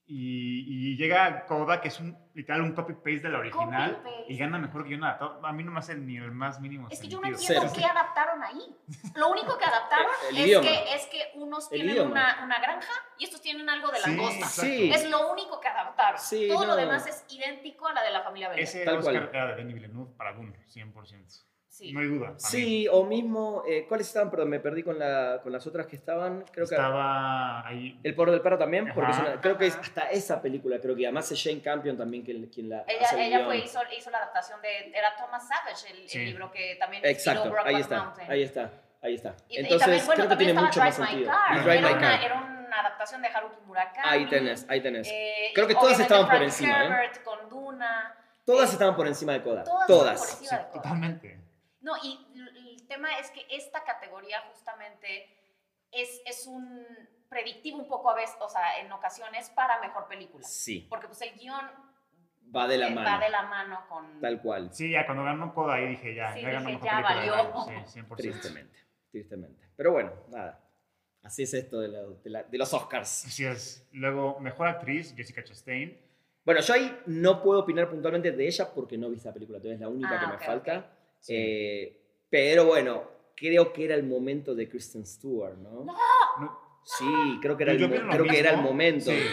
[SPEAKER 2] Y, y llega Koda, que es un, literal un copy-paste de la original,
[SPEAKER 1] Copy-paste.
[SPEAKER 2] y gana mejor guión adaptado. A mí no me hace ni el más mínimo
[SPEAKER 1] Es que yo no
[SPEAKER 2] sentido.
[SPEAKER 1] entiendo qué adaptaron ahí. Lo único que adaptaron
[SPEAKER 3] *laughs* El
[SPEAKER 1] es,
[SPEAKER 3] idioma.
[SPEAKER 1] que, es que unos
[SPEAKER 3] El
[SPEAKER 1] tienen
[SPEAKER 3] idioma.
[SPEAKER 1] una, una granja y estos tienen algo de
[SPEAKER 2] Sí,
[SPEAKER 1] langosta.
[SPEAKER 2] exacto.
[SPEAKER 3] Sí.
[SPEAKER 1] Es lo único que adaptaron.
[SPEAKER 3] Sí,
[SPEAKER 1] Todo
[SPEAKER 3] no.
[SPEAKER 1] lo demás es idéntico a la de la familia Bella.
[SPEAKER 2] Ese
[SPEAKER 3] Tal
[SPEAKER 2] Oscar
[SPEAKER 3] cual.
[SPEAKER 2] era de Denis Villeneuve para Dune, 100%.
[SPEAKER 1] Sí.
[SPEAKER 2] No hay duda. para mí.
[SPEAKER 3] sí o mismo, eh, ¿cuáles estaban? Perdón, me perdí con, la, con las otras que estaban. Creo que
[SPEAKER 2] Estaba ahí.
[SPEAKER 3] El Poder del Perro también, porque
[SPEAKER 2] Ajá.
[SPEAKER 3] es una- creo que es
[SPEAKER 1] Ajá.
[SPEAKER 3] hasta esa película, creo que además es Jane Campion también quien, quien la hace el
[SPEAKER 1] Ella, ella
[SPEAKER 3] guión.
[SPEAKER 1] fue, hizo, hizo la adaptación de. Era Thomas Savage, el, el
[SPEAKER 2] Sí.
[SPEAKER 1] libro que también
[SPEAKER 3] Exacto,
[SPEAKER 1] Brokeback
[SPEAKER 3] ahí está,
[SPEAKER 1] Mountain.
[SPEAKER 3] ahí está, ahí está.
[SPEAKER 1] Y- y
[SPEAKER 3] Entonces
[SPEAKER 1] también, bueno,
[SPEAKER 3] creo que
[SPEAKER 1] también
[SPEAKER 3] tiene mucho
[SPEAKER 1] estaba
[SPEAKER 3] más
[SPEAKER 1] Drive My
[SPEAKER 3] sentido.
[SPEAKER 1] Car.
[SPEAKER 3] Y
[SPEAKER 2] Drive
[SPEAKER 1] era,
[SPEAKER 2] My
[SPEAKER 1] una,
[SPEAKER 2] Car.
[SPEAKER 1] era una adaptación de Haruki Murakami.
[SPEAKER 3] Ahí tenés, ahí tenés.
[SPEAKER 1] Eh,
[SPEAKER 3] Creo
[SPEAKER 1] y
[SPEAKER 3] que todas
[SPEAKER 1] obviamente
[SPEAKER 3] estaban por
[SPEAKER 1] Frank
[SPEAKER 3] encima, ¿eh?
[SPEAKER 1] Herbert con Duna.
[SPEAKER 3] todas estaban por encima de Coda,
[SPEAKER 1] eh, Todas. estaban
[SPEAKER 3] todas.
[SPEAKER 1] por
[SPEAKER 2] Sí,
[SPEAKER 1] encima de Coda.
[SPEAKER 2] totalmente.
[SPEAKER 1] No, y l- el tema es que esta categoría justamente es, es un predictivo un poco a veces, o sea, en ocasiones para mejor película.
[SPEAKER 3] Sí,
[SPEAKER 1] Porque pues el guión
[SPEAKER 3] va de la
[SPEAKER 1] eh,
[SPEAKER 3] mano,
[SPEAKER 1] va de la mano con...
[SPEAKER 3] tal cual,
[SPEAKER 2] Sí, ya cuando ganó Coda ahí dije ya,
[SPEAKER 1] Sí,
[SPEAKER 2] ya ganó
[SPEAKER 1] dije,
[SPEAKER 2] mejor
[SPEAKER 1] ya
[SPEAKER 2] película.
[SPEAKER 1] valió.
[SPEAKER 2] ¿verdad?
[SPEAKER 1] *laughs*
[SPEAKER 2] Sí, 100%.
[SPEAKER 3] tristemente, tristemente. Pero bueno, nada, así es esto de, la- de la- de los Oscars.
[SPEAKER 2] Así es. Luego, mejor actriz, Jessica Chastain.
[SPEAKER 3] Bueno, yo ahí no puedo opinar puntualmente de ella porque no vi esta película, entonces es la única
[SPEAKER 1] Ah,
[SPEAKER 3] que me
[SPEAKER 1] ok,
[SPEAKER 3] falta.
[SPEAKER 1] ok.
[SPEAKER 2] Sí.
[SPEAKER 3] Eh, pero bueno, creo que era el momento de Kristen Stewart, ¿no?
[SPEAKER 2] No,
[SPEAKER 3] Sí, creo que era,
[SPEAKER 2] Yo
[SPEAKER 3] el,
[SPEAKER 2] opino
[SPEAKER 3] mo-
[SPEAKER 2] lo
[SPEAKER 3] creo que era el
[SPEAKER 2] mismo.
[SPEAKER 3] momento.
[SPEAKER 2] Sí.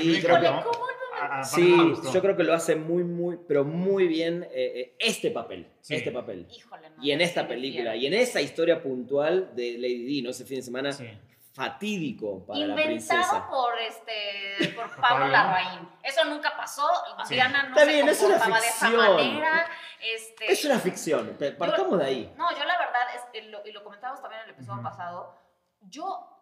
[SPEAKER 2] A mí- a mí me
[SPEAKER 3] creo que-
[SPEAKER 1] Híjole,
[SPEAKER 2] encantó.
[SPEAKER 1] ¿cómo no?
[SPEAKER 2] A- a- para
[SPEAKER 3] Sí,
[SPEAKER 2] mí me gustó.
[SPEAKER 3] yo creo que lo hace muy, muy, pero muy bien eh, eh, este papel,
[SPEAKER 2] Sí.
[SPEAKER 3] este papel.
[SPEAKER 1] Híjole, no,
[SPEAKER 3] Y en
[SPEAKER 1] no
[SPEAKER 3] esta
[SPEAKER 1] sé,
[SPEAKER 3] película,
[SPEAKER 1] difiero.
[SPEAKER 3] y en esa historia puntual de Lady Di, ¿no? Ese fin de semana
[SPEAKER 2] Sí.
[SPEAKER 3] fatídico para la
[SPEAKER 1] Inventado
[SPEAKER 3] princesa.
[SPEAKER 1] por, este,
[SPEAKER 3] *laughs*
[SPEAKER 1] por
[SPEAKER 2] Pablo.
[SPEAKER 1] Pablo Larraín. Eso nunca pasó.
[SPEAKER 2] Sí.
[SPEAKER 1] Diana no
[SPEAKER 3] Está
[SPEAKER 1] se
[SPEAKER 3] bien, es una
[SPEAKER 1] comportaba de esa
[SPEAKER 3] ficción.
[SPEAKER 1] manera. Este,
[SPEAKER 3] Es una ficción, pe- partamos de ahí.
[SPEAKER 1] No, yo la verdad, es, lo, y lo comentábamos también en el episodio
[SPEAKER 2] Ujú.
[SPEAKER 1] pasado, yo,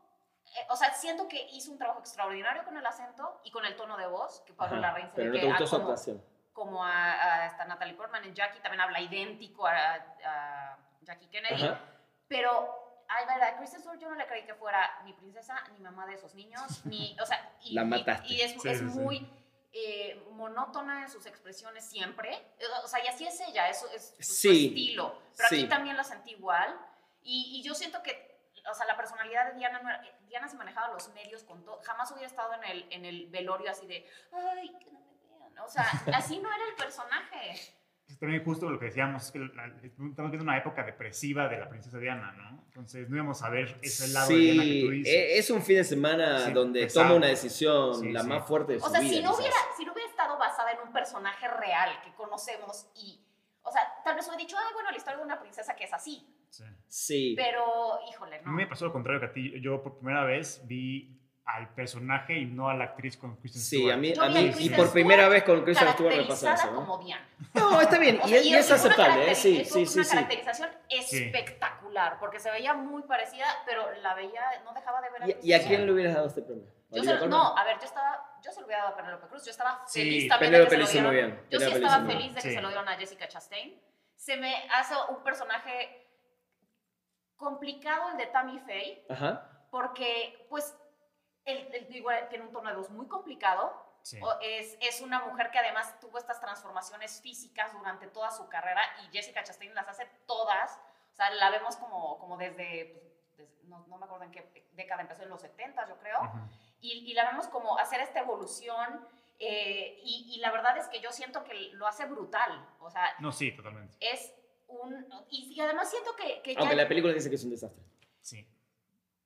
[SPEAKER 1] eh, o sea, siento que hizo un trabajo extraordinario con el acento y con el tono de voz, que Pablo
[SPEAKER 3] Ajá,
[SPEAKER 1] Larraín se
[SPEAKER 3] pero
[SPEAKER 1] ve que
[SPEAKER 3] no te gustó
[SPEAKER 1] ah,
[SPEAKER 3] su
[SPEAKER 1] como,
[SPEAKER 3] actuación.
[SPEAKER 1] como a, a esta Natalie Portman en Jackie, también habla idéntico a, a Jackie Kennedy,
[SPEAKER 3] Ajá.
[SPEAKER 1] pero ay, la verdad, Kristen Stewart yo no le creí que fuera ni princesa, ni mamá de esos
[SPEAKER 3] *laughs*
[SPEAKER 1] niños, ni, o sea, y,
[SPEAKER 3] La
[SPEAKER 1] y-
[SPEAKER 3] mataste.
[SPEAKER 1] y es,
[SPEAKER 2] Sí,
[SPEAKER 1] es
[SPEAKER 2] sí, sí.
[SPEAKER 1] muy... eh, monótona en sus expresiones siempre, Eh, o sea, y así es ella, eso es su- su
[SPEAKER 3] Sí.
[SPEAKER 1] estilo, pero
[SPEAKER 3] Sí.
[SPEAKER 1] aquí también la sentí igual, y, y yo siento que, o sea, la personalidad de Diana, no era- Diana se manejaba los medios con todo, jamás hubiera estado en el, en el velorio así de, ay, que no me vean, o sea, así no era el personaje.
[SPEAKER 2] Es también justo lo que decíamos, es que la- estamos viendo una época depresiva de la princesa Diana, ¿no? Entonces no íbamos a ver ese lado de Diana que tú
[SPEAKER 3] Sí,
[SPEAKER 2] dices.
[SPEAKER 3] e- es un fin de semana
[SPEAKER 2] Sí,
[SPEAKER 3] donde
[SPEAKER 2] pesado.
[SPEAKER 3] toma una decisión,
[SPEAKER 2] Sí,
[SPEAKER 3] la
[SPEAKER 2] sí.
[SPEAKER 3] más fuerte de su
[SPEAKER 1] O sea,
[SPEAKER 3] vida.
[SPEAKER 1] si no,
[SPEAKER 3] quizás.
[SPEAKER 1] hubiera, si no hubiera estado basada en un personaje real que conocemos y, o sea, tal vez hubiera dicho, ay, bueno, la historia de una princesa que es así,
[SPEAKER 2] Sí.
[SPEAKER 3] Sí.
[SPEAKER 1] pero, híjole,
[SPEAKER 2] A mí me
[SPEAKER 1] no.
[SPEAKER 2] pasó lo contrario que a ti. Yo por primera vez vi al personaje y no a la actriz con Kristen
[SPEAKER 3] Sí,
[SPEAKER 2] Stewart.
[SPEAKER 3] a mí,
[SPEAKER 1] Yo
[SPEAKER 3] a
[SPEAKER 1] vi
[SPEAKER 3] mí
[SPEAKER 1] a
[SPEAKER 3] y
[SPEAKER 1] Kristen
[SPEAKER 3] por
[SPEAKER 1] Stewart
[SPEAKER 3] primera vez con Kristen Stewart me pasa
[SPEAKER 1] Caracterizada
[SPEAKER 3] eso. ¿no?
[SPEAKER 1] como Diana.
[SPEAKER 3] No, está bien,
[SPEAKER 1] O
[SPEAKER 3] y,
[SPEAKER 1] sea,
[SPEAKER 3] y es
[SPEAKER 1] una
[SPEAKER 3] aceptable, ¿eh?
[SPEAKER 1] caracteri-
[SPEAKER 3] sí,
[SPEAKER 1] es
[SPEAKER 3] sí, sí,
[SPEAKER 1] Una
[SPEAKER 3] sí.
[SPEAKER 1] caracterización espectacular, porque se veía muy parecida, pero la veía, no dejaba de ver a
[SPEAKER 3] ¿Y, y a
[SPEAKER 1] Cristina.
[SPEAKER 3] quién le hubieras dado este premio?
[SPEAKER 1] Yo
[SPEAKER 3] ¿Olivia
[SPEAKER 1] se lo-
[SPEAKER 3] Colman?
[SPEAKER 1] no, a ver, yo estaba, yo se lo hubiera dado a Penélope Cruz, yo estaba
[SPEAKER 2] Sí,
[SPEAKER 1] feliz también de
[SPEAKER 3] Penélope
[SPEAKER 1] que
[SPEAKER 3] lo
[SPEAKER 1] se
[SPEAKER 3] hizo
[SPEAKER 1] lo
[SPEAKER 3] muy
[SPEAKER 1] dieron.
[SPEAKER 3] bien.
[SPEAKER 1] Yo sí
[SPEAKER 3] Penélope lo
[SPEAKER 1] estaba
[SPEAKER 3] hizo muy
[SPEAKER 1] feliz de que
[SPEAKER 2] bien.
[SPEAKER 1] se
[SPEAKER 2] Sí.
[SPEAKER 1] lo dieron a Jessica Chastain, se me hace un personaje complicado el de Tammy Faye,
[SPEAKER 3] Ajá.
[SPEAKER 1] porque pues él, él, digo, tiene un tono de voz muy complicado.
[SPEAKER 2] Sí.
[SPEAKER 1] O- Es, es una mujer que además tuvo estas transformaciones físicas durante toda su carrera y Jessica Chastain las hace todas. O sea, la vemos como, como desde, pues, desde- no, no me acuerdo en qué década empezó, en los 70 yo creo
[SPEAKER 2] Ujú.
[SPEAKER 1] y, y la vemos como hacer esta evolución eh, y, y la verdad es que yo siento que lo hace brutal, o sea,
[SPEAKER 2] No, sí, totalmente.
[SPEAKER 1] es un... Y, y además siento que... que ya-
[SPEAKER 3] Aunque la película dice que es un desastre.
[SPEAKER 2] Sí.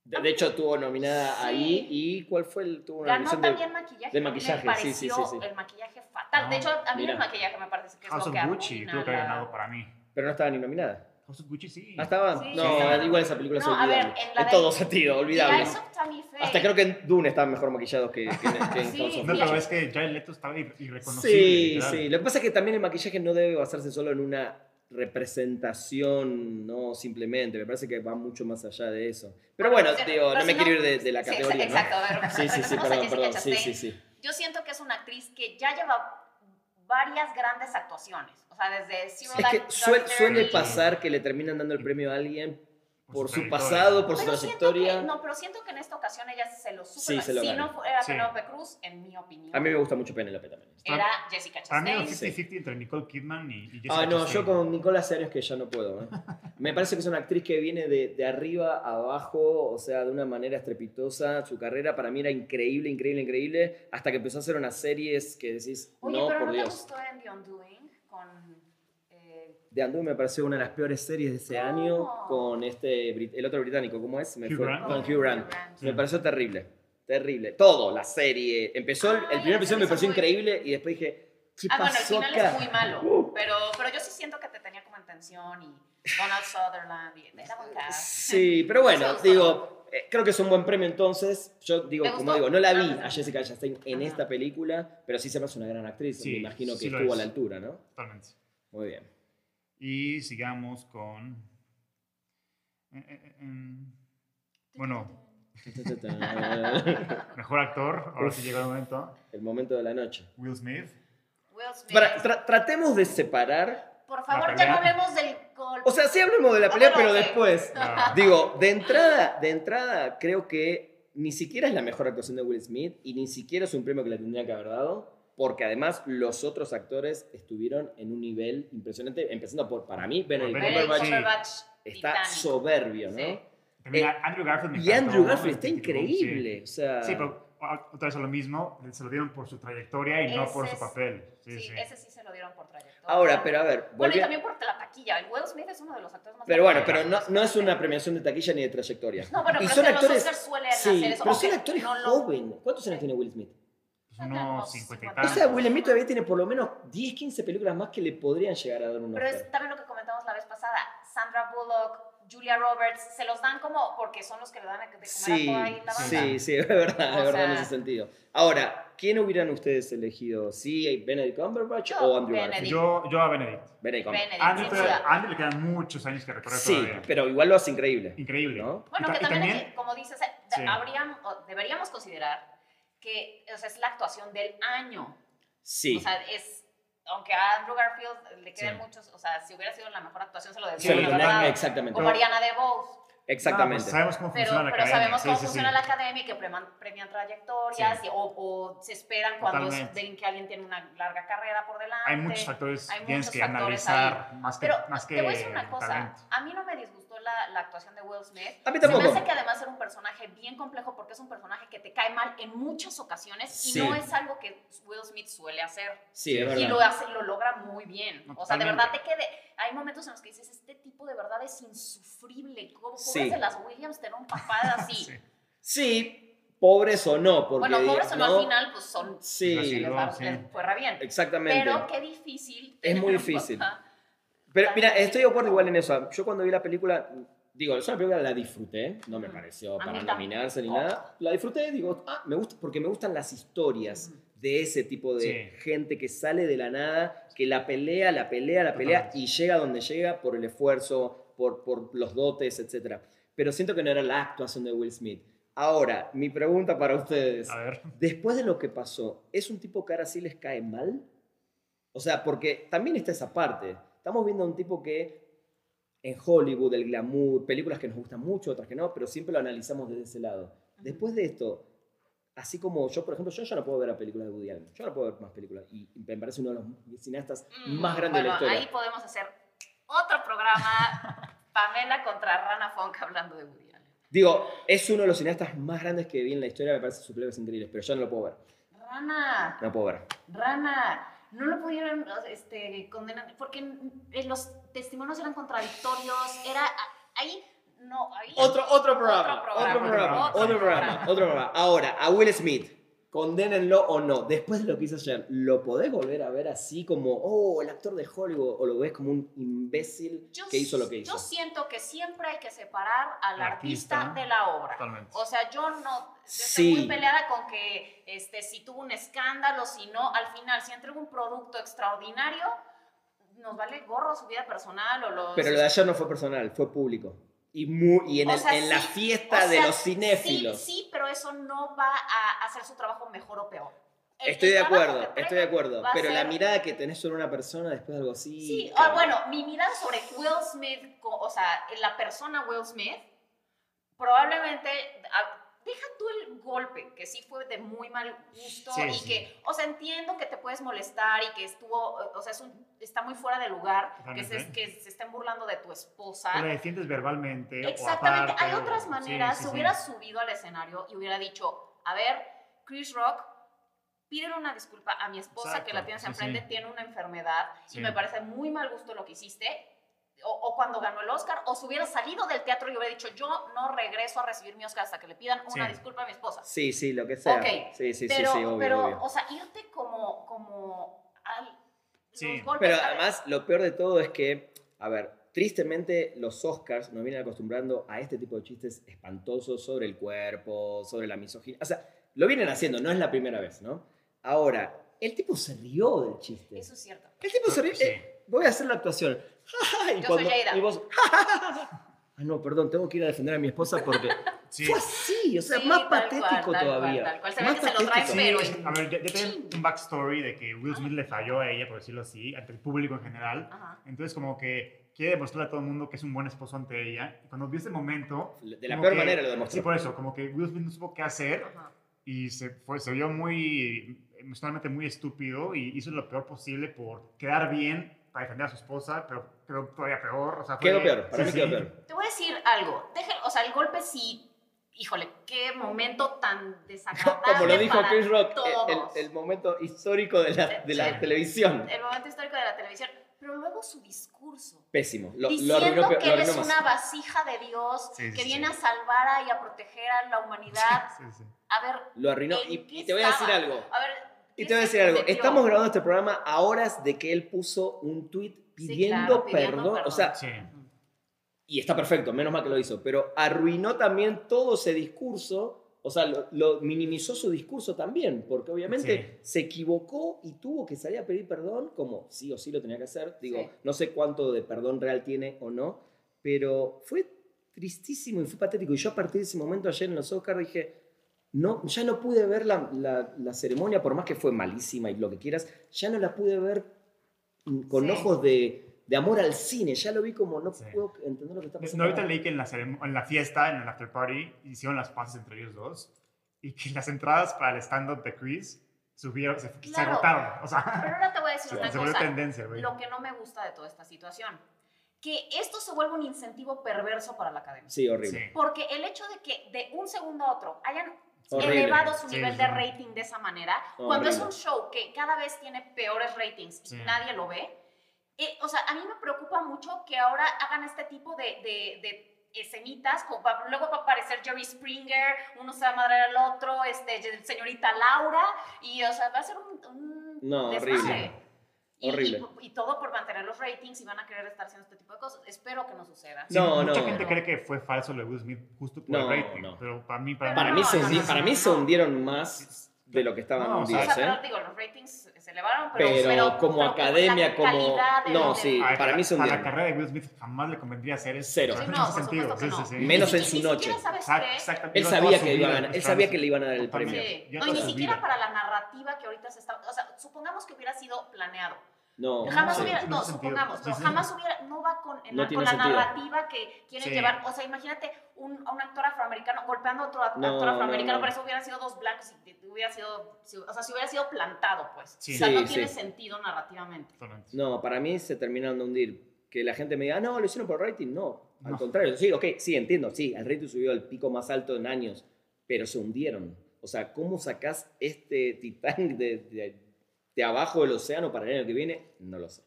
[SPEAKER 3] De, de hecho, estuvo nominada
[SPEAKER 1] Ah. Sí.
[SPEAKER 3] ahí. ¿Y cuál fue el.? Tuvo una
[SPEAKER 1] Ganó
[SPEAKER 3] nominación de-
[SPEAKER 1] también maquillaje.
[SPEAKER 3] de
[SPEAKER 1] a mí
[SPEAKER 3] maquillaje,
[SPEAKER 1] me
[SPEAKER 3] sí,
[SPEAKER 1] pareció
[SPEAKER 3] sí, sí, sí.
[SPEAKER 1] el maquillaje fatal. de
[SPEAKER 2] Ah,
[SPEAKER 1] hecho, a mí
[SPEAKER 3] mira.
[SPEAKER 1] el maquillaje me parece que es
[SPEAKER 2] House
[SPEAKER 1] lo
[SPEAKER 2] of
[SPEAKER 1] que
[SPEAKER 2] Gucci
[SPEAKER 1] arruina
[SPEAKER 2] tuvo que haber
[SPEAKER 1] la-
[SPEAKER 2] ganado para mí.
[SPEAKER 3] Pero no estaba ni nominada.
[SPEAKER 2] House of Gucci sí.
[SPEAKER 3] Ah, estaba.
[SPEAKER 1] Sí,
[SPEAKER 3] no,
[SPEAKER 2] sí.
[SPEAKER 3] igual esa película
[SPEAKER 1] No,
[SPEAKER 3] es
[SPEAKER 1] a ver,
[SPEAKER 3] olvidable.
[SPEAKER 1] en la de-
[SPEAKER 3] todo sentido,
[SPEAKER 1] Y
[SPEAKER 3] olvidable.
[SPEAKER 1] Eyes of Tammy Faye.
[SPEAKER 3] Hasta creo que en Dune estaban mejor maquillados que, que en, que en
[SPEAKER 1] *laughs* Sí.
[SPEAKER 3] House of
[SPEAKER 2] No,
[SPEAKER 3] Gucci.
[SPEAKER 2] pero es que Jared Leto estaba ir- irreconocible.
[SPEAKER 3] Sí,
[SPEAKER 2] literal.
[SPEAKER 3] sí. Lo que pasa es que también el maquillaje no debe basarse solo en una representación, no simplemente. Me parece que va mucho más allá de eso. Pero bueno, digo, no
[SPEAKER 1] pero
[SPEAKER 3] me
[SPEAKER 1] si
[SPEAKER 3] quiero
[SPEAKER 1] no-
[SPEAKER 3] ir de, de la
[SPEAKER 1] Sí, exa-
[SPEAKER 3] categoría. ¿no?
[SPEAKER 1] Exacto, a ver,
[SPEAKER 3] Sí, sí, sí,
[SPEAKER 1] regresemos a
[SPEAKER 3] perdón,
[SPEAKER 1] Jessica
[SPEAKER 3] perdón. Sí,
[SPEAKER 1] Chastain.
[SPEAKER 3] sí, sí.
[SPEAKER 1] Yo siento que es una actriz que ya lleva varias grandes actuaciones, o sea, desde Zero
[SPEAKER 3] Es que
[SPEAKER 1] Dark
[SPEAKER 3] suel-
[SPEAKER 1] Thirty,
[SPEAKER 3] suele pasar que le terminan dando el premio a alguien por su pasado, por su
[SPEAKER 1] Pero siento
[SPEAKER 3] trayectoria.
[SPEAKER 1] que- no, pero siento que en esta ocasión ella se lo super
[SPEAKER 3] Sí, se lo
[SPEAKER 1] Si
[SPEAKER 3] ganó.
[SPEAKER 1] no fuera
[SPEAKER 2] Sí.
[SPEAKER 1] Penélope Cruz, en mi opinión,
[SPEAKER 3] A mí me gusta mucho Penelope también.
[SPEAKER 1] era Jessica
[SPEAKER 2] Para mí
[SPEAKER 1] Chastain.
[SPEAKER 2] era un
[SPEAKER 3] Sí.
[SPEAKER 2] 50-50 entre Nicole Kidman y, y Jessica
[SPEAKER 3] Ah, no,
[SPEAKER 2] Chastain.
[SPEAKER 3] yo con Nicola hace años que ya no
[SPEAKER 2] *laughs*
[SPEAKER 3] puedo. ¿eh? Me parece que es una actriz que viene de, de arriba a abajo, o sea, de una manera estrepitosa. Su carrera para mí era increíble, increíble, increíble, hasta que empezó a hacer unas series que decís,
[SPEAKER 1] Oye,
[SPEAKER 3] no,
[SPEAKER 1] pero
[SPEAKER 3] por
[SPEAKER 1] ¿no te
[SPEAKER 3] Dios.
[SPEAKER 1] gustó en The Undoing con... eh,
[SPEAKER 3] De Andú me pareció una de las peores series de ese
[SPEAKER 1] No.
[SPEAKER 3] año con este, brit- el otro británico, ¿cómo es? Me
[SPEAKER 2] Hugh
[SPEAKER 3] fue-
[SPEAKER 2] Grant.
[SPEAKER 3] Con
[SPEAKER 1] con
[SPEAKER 3] Hugh Grant.
[SPEAKER 2] Sí.
[SPEAKER 3] Me pareció terrible, terrible. Todo, la serie. Empezó, el-
[SPEAKER 1] Ah,
[SPEAKER 3] el
[SPEAKER 1] ya,
[SPEAKER 3] primer
[SPEAKER 1] se
[SPEAKER 3] episodio
[SPEAKER 1] me
[SPEAKER 3] me
[SPEAKER 1] hizo
[SPEAKER 3] pareció
[SPEAKER 1] muy-
[SPEAKER 3] increíble y después dije, ¿qué
[SPEAKER 1] Ah, bueno, el
[SPEAKER 3] pasó
[SPEAKER 1] final
[SPEAKER 3] acá?
[SPEAKER 1] es muy malo,
[SPEAKER 3] Uh.
[SPEAKER 1] pero, pero yo sí siento que te tenía como en tensión y Donald Sutherland y era buen cast.
[SPEAKER 3] Sí,
[SPEAKER 1] *laughs*
[SPEAKER 3] pero bueno,
[SPEAKER 1] Eso gustó.
[SPEAKER 3] digo, eh, creo que es un buen premio entonces. Yo digo,
[SPEAKER 1] ¿Te
[SPEAKER 3] como
[SPEAKER 1] gustó?
[SPEAKER 3] digo, no la vi
[SPEAKER 1] Ah,
[SPEAKER 3] a Jessica Chastain en
[SPEAKER 1] Ajá.
[SPEAKER 3] esta película, pero sí se me hace una gran actriz.
[SPEAKER 2] Sí,
[SPEAKER 3] me imagino que
[SPEAKER 2] sí lo
[SPEAKER 3] estuvo a
[SPEAKER 2] es.
[SPEAKER 3] la altura, ¿no?
[SPEAKER 2] Totalmente.
[SPEAKER 1] *laughs*
[SPEAKER 3] Muy bien.
[SPEAKER 2] Y sigamos con... eh, eh, eh, Bueno, mejor actor, ahora sí llega el momento.
[SPEAKER 3] El momento de la noche.
[SPEAKER 2] Will Smith.
[SPEAKER 1] Will Smith.
[SPEAKER 3] Para- tra- tratemos de separar.
[SPEAKER 1] Por
[SPEAKER 2] La
[SPEAKER 1] favor, ya no
[SPEAKER 2] pelea.
[SPEAKER 1] hablemos del golpe.
[SPEAKER 3] O sea, sí hablemos de la pelea,
[SPEAKER 1] Ah, bueno,
[SPEAKER 3] pero
[SPEAKER 1] ok.
[SPEAKER 3] después.
[SPEAKER 1] *laughs*
[SPEAKER 2] Ah,
[SPEAKER 3] Digo, de entrada, de entrada, creo que ni siquiera es la mejor actuación de Will Smith y ni siquiera es un premio que le tendría que haber dado, porque además los otros actores estuvieron en un nivel impresionante, empezando por, para mí, Benedict
[SPEAKER 2] Benedict
[SPEAKER 1] Benedict
[SPEAKER 3] Cumberbatch
[SPEAKER 2] Cumberbatch.
[SPEAKER 1] Cumberbatch
[SPEAKER 3] está
[SPEAKER 1] titánico.
[SPEAKER 3] soberbio, ¿no?
[SPEAKER 1] Sí.
[SPEAKER 2] también
[SPEAKER 3] Eh,
[SPEAKER 2] a- Andrew Garfield me
[SPEAKER 3] Y
[SPEAKER 2] encantó,
[SPEAKER 3] Andrew
[SPEAKER 2] ¿no?
[SPEAKER 3] Garfield está
[SPEAKER 2] Sí.
[SPEAKER 3] increíble, o sea...
[SPEAKER 2] Sí, pero o- otra vez a lo mismo, se lo dieron por su trayectoria y no
[SPEAKER 1] Ese
[SPEAKER 2] por su
[SPEAKER 1] es-
[SPEAKER 2] papel. Sí,
[SPEAKER 1] Sí,
[SPEAKER 2] sí.
[SPEAKER 1] ese sí se lo dieron por trayectoria.
[SPEAKER 3] Ahora, pero a ver,
[SPEAKER 1] Bueno, y
[SPEAKER 3] volvi-
[SPEAKER 1] también por la taquilla. El Will Smith es uno de los actores más.
[SPEAKER 3] Pero bueno, pero no,
[SPEAKER 1] taquilleros.
[SPEAKER 3] no es una premiación de taquilla ni de trayectoria.
[SPEAKER 1] No, bueno,
[SPEAKER 3] y
[SPEAKER 1] pero
[SPEAKER 3] son
[SPEAKER 1] es que
[SPEAKER 3] actores...
[SPEAKER 1] los Oscars suelen
[SPEAKER 3] Sí,
[SPEAKER 1] hacer eso.
[SPEAKER 3] pero
[SPEAKER 1] Ok,
[SPEAKER 3] son actores
[SPEAKER 1] no lo-
[SPEAKER 3] jóvenes. ¿Cuántos años tiene Will Smith?
[SPEAKER 2] Pues unos 50 y
[SPEAKER 1] O
[SPEAKER 3] O
[SPEAKER 2] tantos.
[SPEAKER 3] sea, Will Smith todavía tiene por lo menos 10, 15 películas más que le podrían llegar a dar un
[SPEAKER 1] Pero
[SPEAKER 3] Oscar.
[SPEAKER 1] es también lo que comentamos la vez pasada. Sandra Bullock, Julia Roberts, se los dan como porque son los que le dan a de comer
[SPEAKER 3] Sí,
[SPEAKER 1] a toda ahí la banda.
[SPEAKER 3] sí, sí, *laughs* es verdad, es
[SPEAKER 1] O
[SPEAKER 3] verdad en
[SPEAKER 1] sea-
[SPEAKER 3] ese sentido. Ahora, ¿quién hubieran ustedes elegido? ¿Sí, Benedict Cumberbatch
[SPEAKER 1] Yo,
[SPEAKER 3] o Andrew
[SPEAKER 1] Benedict.
[SPEAKER 3] Garfield?
[SPEAKER 2] yo, yo a Benedict.
[SPEAKER 3] Benedict Cumberbatch.
[SPEAKER 1] Benedict,
[SPEAKER 2] Andrew,
[SPEAKER 1] sin
[SPEAKER 2] todavía-
[SPEAKER 1] duda.
[SPEAKER 2] Andrew le quedan muchos años que recorrer
[SPEAKER 3] Sí,
[SPEAKER 2] todavía.
[SPEAKER 3] pero igual lo hace increíble,
[SPEAKER 2] Increíble.
[SPEAKER 3] ¿no?
[SPEAKER 1] Bueno,
[SPEAKER 2] Y ta-
[SPEAKER 1] que
[SPEAKER 2] y
[SPEAKER 1] también, hay que- como dices, eh,
[SPEAKER 2] Sí.
[SPEAKER 1] habrían- o deberíamos considerar que o sea, es la actuación del año.
[SPEAKER 3] Sí,
[SPEAKER 1] O sea, es. Aunque a Andrew Garfield le queden
[SPEAKER 2] Sí.
[SPEAKER 1] muchos, o sea, si hubiera sido la mejor actuación se lo
[SPEAKER 3] Se lo
[SPEAKER 1] deberían
[SPEAKER 2] Sí,
[SPEAKER 1] haber
[SPEAKER 3] tendrán-
[SPEAKER 1] dado.
[SPEAKER 3] exactamente,
[SPEAKER 1] O Mariana DeVos.
[SPEAKER 2] No,
[SPEAKER 3] exactamente.
[SPEAKER 2] pues sabemos cómo
[SPEAKER 1] Pero,
[SPEAKER 2] funciona la
[SPEAKER 1] pero
[SPEAKER 2] academia.
[SPEAKER 1] sabemos
[SPEAKER 2] sí,
[SPEAKER 1] cómo
[SPEAKER 2] sí, sí.
[SPEAKER 1] funciona la academia y que preman- premian trayectorias
[SPEAKER 2] Sí.
[SPEAKER 1] y- o, o se esperan cuando es-
[SPEAKER 2] Totalmente.
[SPEAKER 1] ven que alguien tiene una larga carrera por delante.
[SPEAKER 2] Hay muchos factores
[SPEAKER 1] Hay
[SPEAKER 2] que tienes
[SPEAKER 1] muchos
[SPEAKER 2] que
[SPEAKER 1] factores
[SPEAKER 2] analizar más que,
[SPEAKER 1] Pero
[SPEAKER 2] más que
[SPEAKER 1] te voy a decir una cosa,
[SPEAKER 2] talento.
[SPEAKER 1] a mí no me disgustó la, la actuación de Will Smith.
[SPEAKER 3] A mí
[SPEAKER 1] Se me
[SPEAKER 3] tampoco.
[SPEAKER 1] hace que además era un personaje bien complejo porque es un personaje que te cae mal en muchas ocasiones y
[SPEAKER 3] Sí.
[SPEAKER 1] no es algo que Will Smith suele hacer.
[SPEAKER 3] Sí, es
[SPEAKER 1] Y
[SPEAKER 3] verdad.
[SPEAKER 1] lo, hace, lo logra muy bien.
[SPEAKER 2] No,
[SPEAKER 1] o sea, de
[SPEAKER 2] totalmente.
[SPEAKER 1] verdad te quede. Hay momentos en los que dices, este tipo de verdad es insufrible. ¿Cómo
[SPEAKER 3] Sí.
[SPEAKER 1] pobres de las Williams tener un papá así?
[SPEAKER 2] *laughs* Sí.
[SPEAKER 3] Sí, pobres o no, porque...
[SPEAKER 1] bueno, pobres o no,
[SPEAKER 3] no-
[SPEAKER 1] al final, pues son.
[SPEAKER 2] Sí,
[SPEAKER 3] Sí,
[SPEAKER 1] les,
[SPEAKER 2] no,
[SPEAKER 1] va-
[SPEAKER 2] sí.
[SPEAKER 1] les fue re bien.
[SPEAKER 3] exactamente.
[SPEAKER 1] Pero qué difícil.
[SPEAKER 3] Es
[SPEAKER 1] tener
[SPEAKER 3] muy
[SPEAKER 1] un
[SPEAKER 3] difícil.
[SPEAKER 1] papá.
[SPEAKER 3] Pero mira, estoy de acuerdo igual en eso. Yo cuando vi la película, digo, yo la película la disfruté, no me
[SPEAKER 1] Ujú.
[SPEAKER 3] pareció
[SPEAKER 1] A mí
[SPEAKER 3] para
[SPEAKER 1] tampoco.
[SPEAKER 3] nominarse ni nada. La disfruté, digo, ah, me gusta porque me gustan las historias
[SPEAKER 1] Ujú.
[SPEAKER 3] de ese tipo de
[SPEAKER 2] Sí.
[SPEAKER 3] gente que sale de la nada, que la pelea, la pelea, la pelea
[SPEAKER 2] Totalmente.
[SPEAKER 3] y llega donde llega por el esfuerzo, por, por los dotes, etc. Pero siento que no era la actuación de Will Smith. Ahora, mi pregunta para ustedes.
[SPEAKER 2] A ver,
[SPEAKER 3] Después de lo que pasó, ¿es un tipo que ahora sí les cae mal? O sea, porque también está esa parte. Estamos viendo a un tipo que en Hollywood, el glamour, películas que nos gustan mucho, otras que no, pero siempre lo analizamos desde ese lado. Después de esto, así como yo, por ejemplo, yo ya no puedo ver a películas de Woody Allen, yo no puedo ver más películas, y me parece uno de los cineastas
[SPEAKER 1] Mm,
[SPEAKER 3] más grandes
[SPEAKER 1] bueno,
[SPEAKER 3] de la
[SPEAKER 1] ahí
[SPEAKER 3] historia.
[SPEAKER 1] podemos hacer otro
[SPEAKER 3] *laughs*
[SPEAKER 1] programa, Pamela contra Rana Funk hablando de Woody Allen.
[SPEAKER 3] Digo, es uno de los cineastas más grandes que vi en la historia, me parece sus películas increíbles, pero yo no lo puedo ver,
[SPEAKER 1] Rana,
[SPEAKER 3] no puedo ver.
[SPEAKER 1] Rana, no lo pudieron este, condenar porque eh, los testimonios eran contradictorios, era ah, ahí, no, ahí.
[SPEAKER 3] Otro, otro programa.
[SPEAKER 1] Otro
[SPEAKER 3] Otro
[SPEAKER 1] programa,
[SPEAKER 3] programa.
[SPEAKER 1] otro
[SPEAKER 3] Otro
[SPEAKER 1] programa.
[SPEAKER 3] programa. Otro programa. Ahora, a Will Smith. Condénenlo o no. Después de lo que hizo ayer, ¿lo podés volver a ver así como, oh, el actor de Hollywood? ¿O lo ves como un imbécil
[SPEAKER 1] Yo
[SPEAKER 3] que hizo lo
[SPEAKER 1] s-
[SPEAKER 3] que hizo?
[SPEAKER 1] Yo siento que siempre hay que separar al
[SPEAKER 2] Al
[SPEAKER 1] artista,
[SPEAKER 2] artista, ¿no?
[SPEAKER 1] de la obra.
[SPEAKER 2] Totalmente.
[SPEAKER 1] O sea, yo no yo
[SPEAKER 3] Sí.
[SPEAKER 1] estoy muy peleada con que este, si tuvo un escándalo, si no, al final, si entrega un producto extraordinario, nos vale gorro su vida personal o los...
[SPEAKER 3] Pero lo de ayer no fue personal, fue público. Y, mu- y en,
[SPEAKER 1] O
[SPEAKER 3] el-
[SPEAKER 1] sea,
[SPEAKER 3] en la
[SPEAKER 1] sí,
[SPEAKER 3] fiesta
[SPEAKER 1] o
[SPEAKER 3] de
[SPEAKER 1] sea,
[SPEAKER 3] los cinéfilos.
[SPEAKER 1] Sí, sí, pero eso no va a hacer su trabajo mejor o peor. El-
[SPEAKER 3] Estoy
[SPEAKER 1] el
[SPEAKER 3] de
[SPEAKER 1] trabajo
[SPEAKER 3] acuerdo,
[SPEAKER 1] que
[SPEAKER 3] estoy de
[SPEAKER 1] traiga
[SPEAKER 3] acuerdo.
[SPEAKER 1] va a
[SPEAKER 3] Pero la
[SPEAKER 1] ser-
[SPEAKER 3] mirada que tenés sobre una persona después de algo así.
[SPEAKER 1] Sí, ah,
[SPEAKER 3] cambia.
[SPEAKER 1] bueno, mi mirada sobre Will Smith, co- o sea, la persona Will Smith, probablemente, a- deja tú el golpe, que sí fue de muy mal gusto
[SPEAKER 2] Sí,
[SPEAKER 1] y
[SPEAKER 2] sí.
[SPEAKER 1] que, o sea, entiendo que te puedes molestar y que estuvo, o sea, es un- está muy fuera de lugar, que se,
[SPEAKER 2] Totalmente.
[SPEAKER 1] que se estén burlando de tu esposa.
[SPEAKER 2] Te la defiendes verbalmente. o
[SPEAKER 1] Exactamente,
[SPEAKER 2] aparte,
[SPEAKER 1] hay
[SPEAKER 2] o-
[SPEAKER 1] otras
[SPEAKER 2] sí,
[SPEAKER 1] maneras.
[SPEAKER 2] sí,
[SPEAKER 1] se
[SPEAKER 2] sí.
[SPEAKER 1] hubiera subido al escenario y hubiera dicho, a ver, Chris Rock, pídele una disculpa a mi esposa que
[SPEAKER 2] Exacto,
[SPEAKER 1] la tienes
[SPEAKER 2] sí,
[SPEAKER 1] enfrente,
[SPEAKER 2] sí.
[SPEAKER 1] tiene una enfermedad y
[SPEAKER 2] Sí.
[SPEAKER 1] me parece muy mal gusto lo que hiciste. O, o cuando ganó el Oscar, o se hubiera salido del teatro y hubiera dicho, yo no regreso a recibir mi Oscar hasta que le pidan una
[SPEAKER 2] Sí.
[SPEAKER 1] disculpa a mi esposa.
[SPEAKER 3] Sí, sí, lo que sea.
[SPEAKER 1] Ok,
[SPEAKER 3] Sí, sí,
[SPEAKER 1] pero,
[SPEAKER 3] sí, sí, obvio,
[SPEAKER 1] pero
[SPEAKER 3] obvio.
[SPEAKER 1] o sea, irte como, como al...
[SPEAKER 2] Sí.
[SPEAKER 1] los golpes,
[SPEAKER 3] Pero
[SPEAKER 1] a ver,
[SPEAKER 3] además, lo peor de todo es que, a ver, tristemente los Oscars nos vienen acostumbrando a este tipo de chistes espantosos sobre el cuerpo, sobre la misoginia. O sea, lo vienen haciendo, no es la primera vez, ¿no? Ahora, el tipo se rió del chiste.
[SPEAKER 1] Eso es cierto.
[SPEAKER 3] El tipo se rió.
[SPEAKER 2] Sí.
[SPEAKER 3] eh, voy a hacer la actuación. y
[SPEAKER 1] Yo
[SPEAKER 3] cuando-
[SPEAKER 1] soy Jaira.
[SPEAKER 3] Y vos. Ah, no, perdón, tengo que ir a defender a mi esposa porque.
[SPEAKER 2] *laughs* Sí.
[SPEAKER 3] Fue así, o sea,
[SPEAKER 1] Sí,
[SPEAKER 3] más
[SPEAKER 1] tal cual,
[SPEAKER 3] patético
[SPEAKER 1] tal cual,
[SPEAKER 3] todavía.
[SPEAKER 1] tal cual. Se ve
[SPEAKER 3] Más
[SPEAKER 1] que se lo traen,
[SPEAKER 2] Sí,
[SPEAKER 3] patético.
[SPEAKER 1] pero-
[SPEAKER 2] a ver, ya, ya tengo un backstory de que Will Smith le falló a ella, por decirlo así, ante el público en general.
[SPEAKER 1] Ajá.
[SPEAKER 2] Entonces, como que quiere demostrarle a todo el mundo que es un buen esposo ante ella. Y cuando vio ese momento.
[SPEAKER 3] De la
[SPEAKER 2] como
[SPEAKER 3] peor
[SPEAKER 2] que-
[SPEAKER 3] manera lo demostró.
[SPEAKER 2] Sí, por eso, como que Will Smith no supo qué hacer
[SPEAKER 1] Ajá.
[SPEAKER 2] y se, fue, se vio muy emocionalmente muy estúpido y hizo lo peor posible por quedar bien para defender a su esposa, pero quedó todavía peor. O sea, fue-
[SPEAKER 3] Quedó peor, para
[SPEAKER 2] sí,
[SPEAKER 3] mí quedó
[SPEAKER 2] sí.
[SPEAKER 3] peor.
[SPEAKER 1] Te voy a decir algo. Deja, o sea, el golpe sí. Híjole, qué momento tan desagradable.
[SPEAKER 3] *laughs* Como lo dijo
[SPEAKER 1] para
[SPEAKER 3] Chris Rock, el,
[SPEAKER 1] todos.
[SPEAKER 3] el- el momento histórico de la, de la
[SPEAKER 1] Sí.
[SPEAKER 3] televisión.
[SPEAKER 1] El momento histórico de la televisión. Pero luego su discurso.
[SPEAKER 3] Pésimo. Lo, lo
[SPEAKER 1] diciendo
[SPEAKER 3] arruinó, pe-
[SPEAKER 1] que
[SPEAKER 3] lo
[SPEAKER 1] él es
[SPEAKER 3] arruinó más.
[SPEAKER 1] una vasija de Dios,
[SPEAKER 2] Sí, sí,
[SPEAKER 1] que
[SPEAKER 2] sí.
[SPEAKER 1] viene a salvar a- y a proteger a la humanidad.
[SPEAKER 2] Sí, sí.
[SPEAKER 1] A ver,
[SPEAKER 3] Lo arruinó.
[SPEAKER 1] ¿en
[SPEAKER 3] Y,
[SPEAKER 1] qué
[SPEAKER 3] y te voy a decir
[SPEAKER 1] estaba?
[SPEAKER 3] algo.
[SPEAKER 1] A ver.
[SPEAKER 3] Y
[SPEAKER 1] ¿qué
[SPEAKER 3] te voy a
[SPEAKER 1] se
[SPEAKER 3] decir algo.
[SPEAKER 1] cometió?
[SPEAKER 3] Estamos grabando este programa a horas de que él puso un tweet
[SPEAKER 1] Sí, claro,
[SPEAKER 3] pidiendo,
[SPEAKER 1] pidiendo
[SPEAKER 3] perdón. O
[SPEAKER 1] perdón.
[SPEAKER 3] sea,
[SPEAKER 2] Sí.
[SPEAKER 3] y está perfecto, menos mal que lo hizo. Pero arruinó también todo ese discurso. O sea, lo, lo minimizó su discurso también, porque obviamente se equivocó y tuvo que salir a pedir perdón, como sí o sí lo tenía que hacer. Digo,
[SPEAKER 1] Sí.
[SPEAKER 3] no sé cuánto de perdón real tiene o no, pero fue tristísimo y fue patético. Y yo a partir de ese momento ayer en los Oscars dije, no, ya no pude ver la, la- la ceremonia, por más que fue malísima y lo que quieras, ya no la pude ver con
[SPEAKER 1] Sí.
[SPEAKER 3] ojos de, de amor al cine, ya lo vi como no
[SPEAKER 2] Sí.
[SPEAKER 3] puedo entender lo que está
[SPEAKER 2] No,
[SPEAKER 3] pasando.
[SPEAKER 2] ahorita leí que en la, ceremo- en la fiesta, en el after party, hicieron las paces entre ellos dos y que las entradas para el stand-up de Chris subieron, se, se
[SPEAKER 1] Claro.
[SPEAKER 2] agotaron. O
[SPEAKER 1] Pero
[SPEAKER 2] sea,
[SPEAKER 1] ahora te voy a decir una
[SPEAKER 2] *laughs* se volvió
[SPEAKER 1] cosa.
[SPEAKER 2] tendencia, güey.
[SPEAKER 1] Lo que no me gusta de toda esta situación. Que esto se vuelve un incentivo perverso para la academia.
[SPEAKER 3] Sí, horrible.
[SPEAKER 2] Sí.
[SPEAKER 1] Porque el hecho de que de un segundo a otro hayan
[SPEAKER 3] Horrible.
[SPEAKER 1] elevado su
[SPEAKER 2] Sí,
[SPEAKER 1] nivel
[SPEAKER 2] sí.
[SPEAKER 1] de rating de esa manera,
[SPEAKER 3] Horrible.
[SPEAKER 1] cuando es un show que cada vez tiene peores ratings y
[SPEAKER 2] Sí.
[SPEAKER 1] nadie lo ve, eh, o sea, a mí me preocupa mucho que ahora hagan este tipo de, de- de escenitas, como pa- luego va a aparecer Jerry Springer, uno se va a madrear al otro, este, señorita Laura, y o sea, va a ser un, un
[SPEAKER 3] No, horrible.
[SPEAKER 1] Y, y-
[SPEAKER 3] Horrible.
[SPEAKER 1] y todo por mantener los ratings y van a querer estar haciendo este tipo de cosas. Espero que no suceda.
[SPEAKER 2] Sí,
[SPEAKER 3] No,
[SPEAKER 2] mucha
[SPEAKER 3] no.
[SPEAKER 2] gente cree que fue falso lo de Will Smith justo por
[SPEAKER 3] No,
[SPEAKER 2] el rating,
[SPEAKER 3] no.
[SPEAKER 2] pero para mí, para,
[SPEAKER 3] Para,
[SPEAKER 1] No,
[SPEAKER 3] mí se
[SPEAKER 1] no,
[SPEAKER 3] hundi-
[SPEAKER 1] no,
[SPEAKER 3] para
[SPEAKER 1] no,
[SPEAKER 3] mí
[SPEAKER 1] no.
[SPEAKER 3] se hundieron más de lo que estaban
[SPEAKER 2] No, o sea,
[SPEAKER 1] O sea,
[SPEAKER 3] hundidos, ¿eh?
[SPEAKER 1] pero digo, los ratings se elevaron, pero,
[SPEAKER 3] Pero, como
[SPEAKER 1] pero
[SPEAKER 3] academia,
[SPEAKER 1] la
[SPEAKER 3] como...
[SPEAKER 1] calidad de
[SPEAKER 3] No,
[SPEAKER 1] lo que-
[SPEAKER 3] sí,
[SPEAKER 2] Ay,
[SPEAKER 3] para mí se
[SPEAKER 2] a la
[SPEAKER 3] hundieron.
[SPEAKER 2] carrera de Will Smith jamás le convendría hacer eso.
[SPEAKER 3] Cero.
[SPEAKER 1] Sí,
[SPEAKER 2] O sea,
[SPEAKER 1] no,
[SPEAKER 2] tiene
[SPEAKER 1] por
[SPEAKER 2] sentido,
[SPEAKER 1] supuesto que
[SPEAKER 2] sí,
[SPEAKER 1] no.
[SPEAKER 2] sí, sí.
[SPEAKER 3] Menos
[SPEAKER 1] Ni
[SPEAKER 3] en
[SPEAKER 1] si-
[SPEAKER 3] su
[SPEAKER 1] ni
[SPEAKER 3] noche.
[SPEAKER 1] siquiera, ¿sabes
[SPEAKER 2] Exact-
[SPEAKER 1] qué?
[SPEAKER 2] exactamente.
[SPEAKER 3] Él
[SPEAKER 2] Toda
[SPEAKER 3] sabía
[SPEAKER 2] su
[SPEAKER 3] que, iba a
[SPEAKER 2] vida,
[SPEAKER 3] ganar- él
[SPEAKER 2] pues,
[SPEAKER 3] sabía
[SPEAKER 2] sabes,
[SPEAKER 3] que le iban a dar el
[SPEAKER 2] Totalmente.
[SPEAKER 3] premio.
[SPEAKER 1] Sí.
[SPEAKER 2] Ya
[SPEAKER 1] No, y ni
[SPEAKER 2] toda su
[SPEAKER 1] siquiera
[SPEAKER 2] vida.
[SPEAKER 1] para la narrativa que ahorita se está. O sea, supongamos que hubiera sido planeado.
[SPEAKER 3] No,
[SPEAKER 1] Jamás
[SPEAKER 2] sí,
[SPEAKER 1] hubiera,
[SPEAKER 2] tiene
[SPEAKER 1] no,
[SPEAKER 2] mucho sentido.
[SPEAKER 1] supongamos, no,
[SPEAKER 2] Sí, sí.
[SPEAKER 1] jamás hubiera, no va con, en
[SPEAKER 3] No
[SPEAKER 1] la- con
[SPEAKER 3] tiene
[SPEAKER 1] la
[SPEAKER 3] sentido.
[SPEAKER 1] narrativa que quieren
[SPEAKER 2] Sí.
[SPEAKER 1] llevar. O sea, imagínate un, a un actor afroamericano golpeando a otro act-
[SPEAKER 3] No,
[SPEAKER 1] actor
[SPEAKER 3] no,
[SPEAKER 1] afroamericano,
[SPEAKER 3] no.
[SPEAKER 1] pero eso hubieran sido dos blancos y te- hubiera sido, si- o sea, si hubiera sido plantado, pues.
[SPEAKER 2] Sí.
[SPEAKER 1] O sea, no
[SPEAKER 3] Sí,
[SPEAKER 1] tiene
[SPEAKER 3] sí.
[SPEAKER 1] sentido narrativamente.
[SPEAKER 2] Totalmente.
[SPEAKER 3] No, para mí se terminaron de hundir. Que la gente me diga, "Ah, no, lo hicieron por rating. No, al
[SPEAKER 2] No.
[SPEAKER 3] contrario. Sí, ok, sí, entiendo. Sí, el rating subió al pico más alto en años, pero se hundieron. O sea, ¿cómo sacás este titán de, de- de abajo del océano para el año que viene? No lo sé.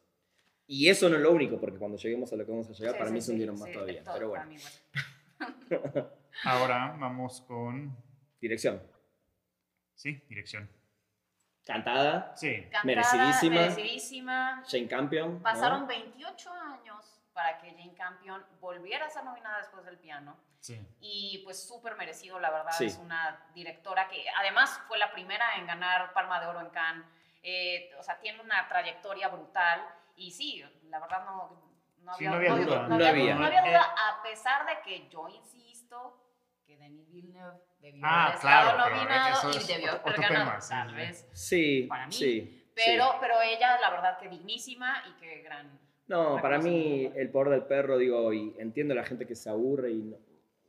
[SPEAKER 3] Y eso no es lo único, porque cuando lleguemos a lo que vamos a llegar,
[SPEAKER 1] Sí,
[SPEAKER 3] para
[SPEAKER 1] sí,
[SPEAKER 3] mí
[SPEAKER 1] sí,
[SPEAKER 3] se hundieron más
[SPEAKER 1] sí,
[SPEAKER 3] todavía.
[SPEAKER 1] todo
[SPEAKER 3] Pero
[SPEAKER 1] para
[SPEAKER 3] bueno,
[SPEAKER 1] mí, bueno.
[SPEAKER 2] Ahora vamos con.
[SPEAKER 3] dirección.
[SPEAKER 2] Sí, dirección.
[SPEAKER 3] Cantada,
[SPEAKER 2] Sí.
[SPEAKER 1] Cantada,
[SPEAKER 3] Merecidísima.
[SPEAKER 1] merecidísima.
[SPEAKER 3] Jane Campion. ¿no?
[SPEAKER 1] Pasaron 28 años para que Jane Campion volviera a ser nominada después del piano.
[SPEAKER 2] Sí.
[SPEAKER 1] y pues súper merecido, la verdad,
[SPEAKER 3] Sí.
[SPEAKER 1] es una directora que además fue la primera en ganar Palma de Oro en Cannes, Eh, o sea, tiene una trayectoria brutal y sí, la verdad no, no
[SPEAKER 2] Sí,
[SPEAKER 1] había,
[SPEAKER 2] no había duda, Eh,
[SPEAKER 1] no
[SPEAKER 3] no había.
[SPEAKER 1] no había duda, a pesar de que yo insisto que Denis Villeneuve debió
[SPEAKER 2] Ah,
[SPEAKER 1] haber
[SPEAKER 2] claro,
[SPEAKER 1] estado
[SPEAKER 2] pero eso
[SPEAKER 1] nominado
[SPEAKER 2] es
[SPEAKER 1] y debió
[SPEAKER 2] otro-
[SPEAKER 1] haber
[SPEAKER 2] otro
[SPEAKER 1] ganado,
[SPEAKER 2] tema, sí,
[SPEAKER 1] tal
[SPEAKER 2] sí.
[SPEAKER 1] vez,
[SPEAKER 3] Sí,
[SPEAKER 1] Para mí,
[SPEAKER 3] sí.
[SPEAKER 1] pero,
[SPEAKER 3] sí.
[SPEAKER 1] pero ella la verdad que dignísima y que gran...
[SPEAKER 3] No,
[SPEAKER 1] Una
[SPEAKER 3] para
[SPEAKER 1] cosa
[SPEAKER 3] mí
[SPEAKER 1] muy-
[SPEAKER 3] el poder del perro, digo, y entiendo la gente que se aburre y no-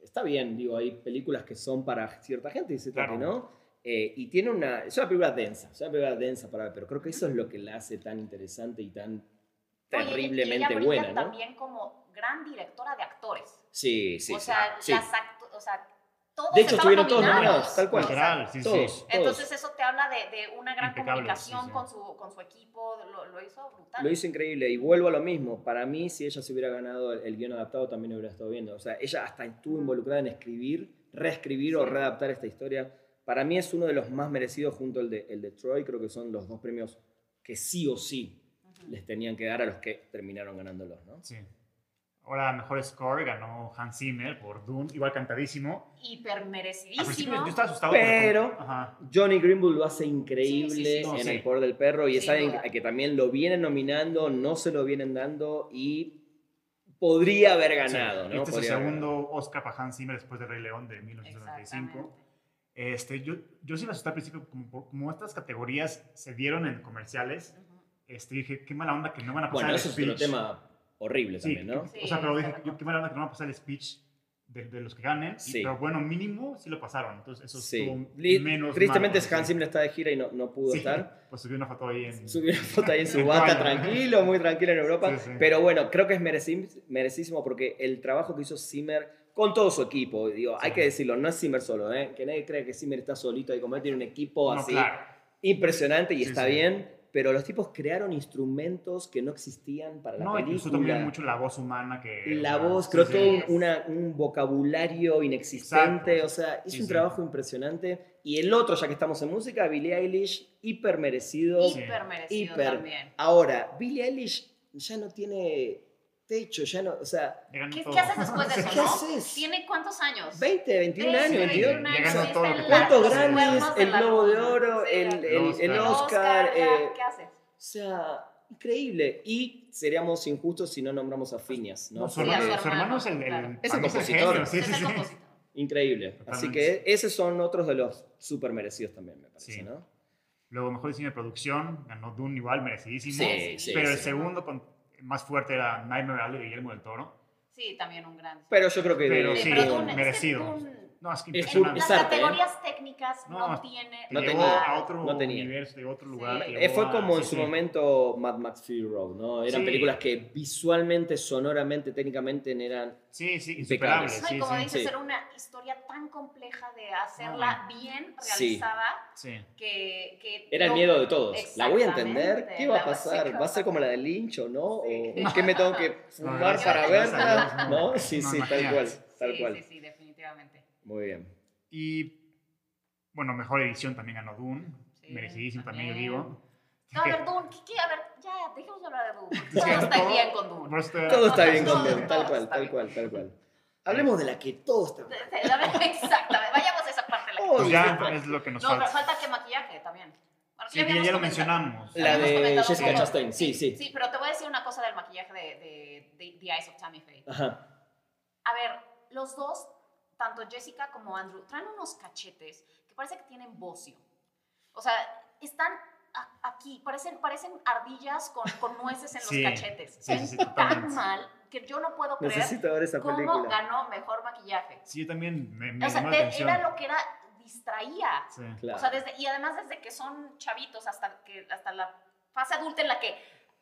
[SPEAKER 3] está bien, digo, hay películas que son para cierta gente y cierta
[SPEAKER 2] Claro.
[SPEAKER 3] que no. eh, y tiene una, es una película densa, es una película densa para ver, pero creo que eso es lo que la hace tan interesante y tan
[SPEAKER 1] Oye, y- y ella
[SPEAKER 3] terriblemente
[SPEAKER 1] brilla
[SPEAKER 3] buena, ¿no?
[SPEAKER 1] también como gran directora de actores.
[SPEAKER 3] Sí, sí.
[SPEAKER 1] o,
[SPEAKER 3] sí,
[SPEAKER 1] sea,
[SPEAKER 3] sí.
[SPEAKER 1] las actu- o sea, todos
[SPEAKER 3] De hecho,
[SPEAKER 1] estaban
[SPEAKER 3] estuvieron todos
[SPEAKER 1] nominados.
[SPEAKER 3] nominados, tal cual.
[SPEAKER 1] O sea,
[SPEAKER 2] Literal, sí,
[SPEAKER 3] todos,
[SPEAKER 2] sí.
[SPEAKER 3] todos.
[SPEAKER 1] entonces eso te habla de, de una gran
[SPEAKER 2] Impecable,
[SPEAKER 1] comunicación
[SPEAKER 2] sí, sí.
[SPEAKER 1] Con, su, con su equipo, lo, lo hizo brutal.
[SPEAKER 3] Lo hizo increíble y vuelvo a lo mismo. Para mí, si ella se hubiera ganado el, el guión adaptado, también lo hubiera estado viendo. O sea, ella hasta estuvo involucrada en escribir, reescribir o
[SPEAKER 1] Sí.
[SPEAKER 3] readaptar esta historia. Para mí es uno de los más merecidos junto al de, el de Troy. Creo que son los dos premios que sí o sí
[SPEAKER 1] Ujú.
[SPEAKER 3] les tenían que dar a los que terminaron ganándolos, ¿no?
[SPEAKER 2] Sí. Ahora, mejor score ganó Hans Zimmer por Dune, igual cantadísimo.
[SPEAKER 1] Hiper
[SPEAKER 2] Al principio
[SPEAKER 1] merecidísimo.
[SPEAKER 2] yo estaba asustado.
[SPEAKER 3] Pero-
[SPEAKER 2] Ajá.
[SPEAKER 3] Johnny Greenwood lo hace increíble
[SPEAKER 1] Sí, sí, sí,
[SPEAKER 2] sí,
[SPEAKER 3] en
[SPEAKER 2] sí.
[SPEAKER 3] El Poder del Perro y es
[SPEAKER 1] Sin
[SPEAKER 3] alguien
[SPEAKER 1] duda.
[SPEAKER 3] a que también lo vienen nominando, no se lo vienen dando y podría haber ganado,
[SPEAKER 2] Sí.
[SPEAKER 3] ¿no?
[SPEAKER 2] Este es el
[SPEAKER 3] Podría haber ganado.
[SPEAKER 2] segundo Oscar para Hans Zimmer después de Rey León de 1995.
[SPEAKER 1] Exactamente.
[SPEAKER 2] Este, yo, yo sí me asusté al principio, como, por- como estas categorías se dieron en comerciales,
[SPEAKER 1] Ujú.
[SPEAKER 2] este, dije, qué mala onda que no van a pasar
[SPEAKER 3] Bueno,
[SPEAKER 2] el
[SPEAKER 3] eso es otro
[SPEAKER 2] speech.
[SPEAKER 3] tema horrible
[SPEAKER 2] Sí,
[SPEAKER 3] también, ¿no?
[SPEAKER 2] que-
[SPEAKER 1] Sí,
[SPEAKER 2] o sea, pero
[SPEAKER 1] está
[SPEAKER 2] dije,
[SPEAKER 1] loco.
[SPEAKER 2] yo, qué mala onda que no van a pasar el speech de, de los que ganen. y-
[SPEAKER 3] Sí.
[SPEAKER 2] pero bueno, mínimo sí lo pasaron. Entonces eso
[SPEAKER 3] Sí.
[SPEAKER 2] estuvo
[SPEAKER 3] Li-
[SPEAKER 2] menos
[SPEAKER 3] Tristemente
[SPEAKER 2] mal, ¿no?
[SPEAKER 3] Hans Zimmer está de gira y no, no
[SPEAKER 2] Sí,
[SPEAKER 3] pudo
[SPEAKER 2] *laughs*
[SPEAKER 3] estar.
[SPEAKER 2] Pues subió una foto ahí en...
[SPEAKER 3] Subió una foto ahí en su
[SPEAKER 2] En
[SPEAKER 3] bata,
[SPEAKER 2] España.
[SPEAKER 3] tranquilo, muy tranquilo en Europa.
[SPEAKER 2] Sí, sí.
[SPEAKER 3] Pero bueno, creo que es mereci- merecidísimo porque el trabajo que hizo Zimmer con todo su equipo, digo, hay
[SPEAKER 2] Sí.
[SPEAKER 3] que decirlo, no es Zimmer solo, ¿eh? que nadie cree que Zimmer está solito ahí como él tiene un equipo
[SPEAKER 2] No,
[SPEAKER 3] así
[SPEAKER 2] claro.
[SPEAKER 3] impresionante y
[SPEAKER 2] Sí,
[SPEAKER 3] está
[SPEAKER 2] sí.
[SPEAKER 3] bien, pero los tipos crearon instrumentos que no existían para la
[SPEAKER 2] No,
[SPEAKER 3] película.
[SPEAKER 2] incluso también mucho la voz humana que...
[SPEAKER 3] La
[SPEAKER 2] o sea,
[SPEAKER 3] voz,
[SPEAKER 2] sí,
[SPEAKER 3] creo
[SPEAKER 2] sí.
[SPEAKER 3] todo un, una- un vocabulario inexistente,
[SPEAKER 2] Exacto.
[SPEAKER 3] o sea, hizo
[SPEAKER 2] Sí,
[SPEAKER 3] un
[SPEAKER 2] sí.
[SPEAKER 3] trabajo impresionante. Y el otro, ya que estamos en música, Billie Eilish, hiper merecido.
[SPEAKER 2] Sí.
[SPEAKER 1] Hiper merecido
[SPEAKER 3] Hiper.
[SPEAKER 1] también.
[SPEAKER 3] Ahora, Billie Eilish ya no tiene techo, ya no, o sea,
[SPEAKER 2] Le ganó
[SPEAKER 1] ¿Qué,
[SPEAKER 2] todo.
[SPEAKER 1] qué haces después de eso,
[SPEAKER 3] *laughs* ¿Qué
[SPEAKER 1] no?
[SPEAKER 3] haces?
[SPEAKER 1] ¿Tiene cuántos años?
[SPEAKER 3] 20, 21
[SPEAKER 1] Sí,
[SPEAKER 3] años,
[SPEAKER 1] sí,
[SPEAKER 3] 22.
[SPEAKER 1] 21
[SPEAKER 2] Le
[SPEAKER 1] Este, años,
[SPEAKER 2] ganó
[SPEAKER 1] sí,
[SPEAKER 2] todo
[SPEAKER 1] está
[SPEAKER 2] lo
[SPEAKER 1] en
[SPEAKER 2] que
[SPEAKER 1] la-
[SPEAKER 3] ¿Cuántos
[SPEAKER 1] los
[SPEAKER 3] Grammys?
[SPEAKER 1] cuernos de
[SPEAKER 3] El
[SPEAKER 1] la
[SPEAKER 3] Globo de
[SPEAKER 1] luna.
[SPEAKER 3] Oro,
[SPEAKER 1] Sí,
[SPEAKER 3] el, el- el
[SPEAKER 2] Oscar.
[SPEAKER 3] Oscar.
[SPEAKER 1] ya,
[SPEAKER 3] eh,
[SPEAKER 1] ¿Qué haces?
[SPEAKER 3] o sea, increíble. Y seríamos injustos si no nombramos a Phineas, ¿no?
[SPEAKER 2] No, su
[SPEAKER 1] Sí,
[SPEAKER 2] hermano,
[SPEAKER 1] a su
[SPEAKER 2] su hermano es el... el
[SPEAKER 1] hermano,
[SPEAKER 3] Es
[SPEAKER 2] para
[SPEAKER 3] el
[SPEAKER 2] mí
[SPEAKER 3] compositor.
[SPEAKER 2] genio, Sí,
[SPEAKER 1] Es
[SPEAKER 2] sí,
[SPEAKER 1] el
[SPEAKER 2] sí.
[SPEAKER 1] compositor.
[SPEAKER 3] Increíble. Así que
[SPEAKER 2] Totalmente.
[SPEAKER 3] esos son otros de los super merecidos también, me parece,
[SPEAKER 2] Sí.
[SPEAKER 3] ¿no?
[SPEAKER 2] Luego, mejor diseño de producción, ganó Dune igual, merecidísimo.
[SPEAKER 3] Sí, sí,
[SPEAKER 2] pero el
[SPEAKER 3] sí.
[SPEAKER 2] segundo con- más fuerte era Nightmare Alley de Guillermo del Toro.
[SPEAKER 1] Sí, también un gran.
[SPEAKER 3] Pero yo creo que...
[SPEAKER 2] Pero
[SPEAKER 1] Sí,
[SPEAKER 2] sí,
[SPEAKER 1] pero Dune, es que
[SPEAKER 2] merecido.
[SPEAKER 1] Dune-
[SPEAKER 2] No, es que
[SPEAKER 3] Es
[SPEAKER 1] En
[SPEAKER 3] un-
[SPEAKER 2] impresionante.
[SPEAKER 1] las
[SPEAKER 3] arte, ¿eh?
[SPEAKER 1] categorías técnicas no,
[SPEAKER 2] No,
[SPEAKER 1] tiene.
[SPEAKER 3] no
[SPEAKER 2] Llegó
[SPEAKER 3] tenía,
[SPEAKER 2] a otro
[SPEAKER 3] no tenía.
[SPEAKER 2] universo, de otro
[SPEAKER 1] Sí.
[SPEAKER 2] lugar.
[SPEAKER 1] Eh,
[SPEAKER 2] llegó
[SPEAKER 3] Eh, fue
[SPEAKER 2] a-
[SPEAKER 3] como en
[SPEAKER 2] sí,
[SPEAKER 3] su
[SPEAKER 2] sí.
[SPEAKER 3] momento Mad Max Fury Road, ¿no? Eran
[SPEAKER 2] Sí.
[SPEAKER 3] películas que visualmente, sonoramente, técnicamente eran...
[SPEAKER 2] Sí, sí,
[SPEAKER 1] No,
[SPEAKER 2] impecable.
[SPEAKER 3] Impecable.
[SPEAKER 1] y
[SPEAKER 2] Sí,
[SPEAKER 1] como
[SPEAKER 2] sí,
[SPEAKER 1] dices,
[SPEAKER 3] sí.
[SPEAKER 1] era una historia tan compleja de hacerla bien
[SPEAKER 3] Sí.
[SPEAKER 1] realizada
[SPEAKER 2] sí.
[SPEAKER 1] que, que.
[SPEAKER 3] Era el
[SPEAKER 1] no-
[SPEAKER 3] miedo de todos. ¿La voy a entender?
[SPEAKER 1] Exactamente.
[SPEAKER 3] ¿Qué va
[SPEAKER 1] La-
[SPEAKER 3] a
[SPEAKER 1] sí, *laughs*
[SPEAKER 3] pasar?
[SPEAKER 1] ¿qué
[SPEAKER 3] ¿Va a ser como la de Lynch o no?
[SPEAKER 1] Sí.
[SPEAKER 3] ¿O ¿Qué me tengo
[SPEAKER 1] *laughs*
[SPEAKER 3] que
[SPEAKER 2] No,
[SPEAKER 3] fumar
[SPEAKER 1] gracias,
[SPEAKER 3] para
[SPEAKER 1] gracias a
[SPEAKER 3] verla?
[SPEAKER 2] Dios, no.
[SPEAKER 3] ¿No? Sí,
[SPEAKER 2] No,
[SPEAKER 3] sí, tal
[SPEAKER 2] imagínate.
[SPEAKER 3] cual, tal
[SPEAKER 1] Sí,
[SPEAKER 3] cual.
[SPEAKER 1] sí, sí, definitivamente.
[SPEAKER 3] Muy bien.
[SPEAKER 2] Y bueno, mejor edición también ganó Dune.
[SPEAKER 1] Sí,
[SPEAKER 2] merecidísimo también, yo
[SPEAKER 1] también.
[SPEAKER 2] digo.
[SPEAKER 1] No, a ver, Dune, ¿qué, qué? A ver, ya, dejemos de hablar de Dune. porque
[SPEAKER 2] Sí,
[SPEAKER 1] Todo está
[SPEAKER 2] todo-
[SPEAKER 1] bien con Dune.
[SPEAKER 2] Por eso te- Pues
[SPEAKER 3] Todo está bien
[SPEAKER 1] Todo,
[SPEAKER 3] con Dune, tal
[SPEAKER 1] todo
[SPEAKER 3] cual,
[SPEAKER 1] está
[SPEAKER 3] tal
[SPEAKER 1] bien.
[SPEAKER 3] cual, tal cual. Hablemos de la que todo está bien.
[SPEAKER 1] *laughs* Exactamente. Vayamos a esa parte de la que-
[SPEAKER 3] Oh,
[SPEAKER 2] Pues ya es lo que nos
[SPEAKER 1] No, pero
[SPEAKER 2] falta.
[SPEAKER 1] falta que maquillaje también. Bueno,
[SPEAKER 2] Sí, ya,
[SPEAKER 1] habíamos
[SPEAKER 2] ya lo
[SPEAKER 1] comentado.
[SPEAKER 2] mencionamos.
[SPEAKER 3] La
[SPEAKER 1] Habíamos
[SPEAKER 3] de
[SPEAKER 1] comentado
[SPEAKER 3] Jessica
[SPEAKER 1] un poco.
[SPEAKER 3] Chastain, sí, sí.
[SPEAKER 1] Sí, pero te voy a decir una cosa del maquillaje de, de, de The Eyes of Tammy Faye.
[SPEAKER 3] Ajá.
[SPEAKER 1] A ver, los dos, tanto Jessica como Andrew, traen unos cachetes que parece que tienen bocio. O sea, están a- aquí, parecen, parecen ardillas con, con nueces en los
[SPEAKER 2] Sí,
[SPEAKER 1] cachetes.
[SPEAKER 2] sí,
[SPEAKER 1] Es
[SPEAKER 2] sí, sí,
[SPEAKER 1] tan
[SPEAKER 2] totalmente.
[SPEAKER 1] mal que yo no puedo creer
[SPEAKER 3] Necesito ver esa
[SPEAKER 1] cómo
[SPEAKER 3] película.
[SPEAKER 1] ganó mejor maquillaje.
[SPEAKER 2] Sí, yo también me, me
[SPEAKER 1] O sea,
[SPEAKER 2] llamó
[SPEAKER 1] te-
[SPEAKER 2] la atención.
[SPEAKER 1] era lo que era, distraía.
[SPEAKER 2] Sí.
[SPEAKER 3] Claro.
[SPEAKER 1] O sea, desde, y además desde que son chavitos hasta, que, hasta la fase adulta en la que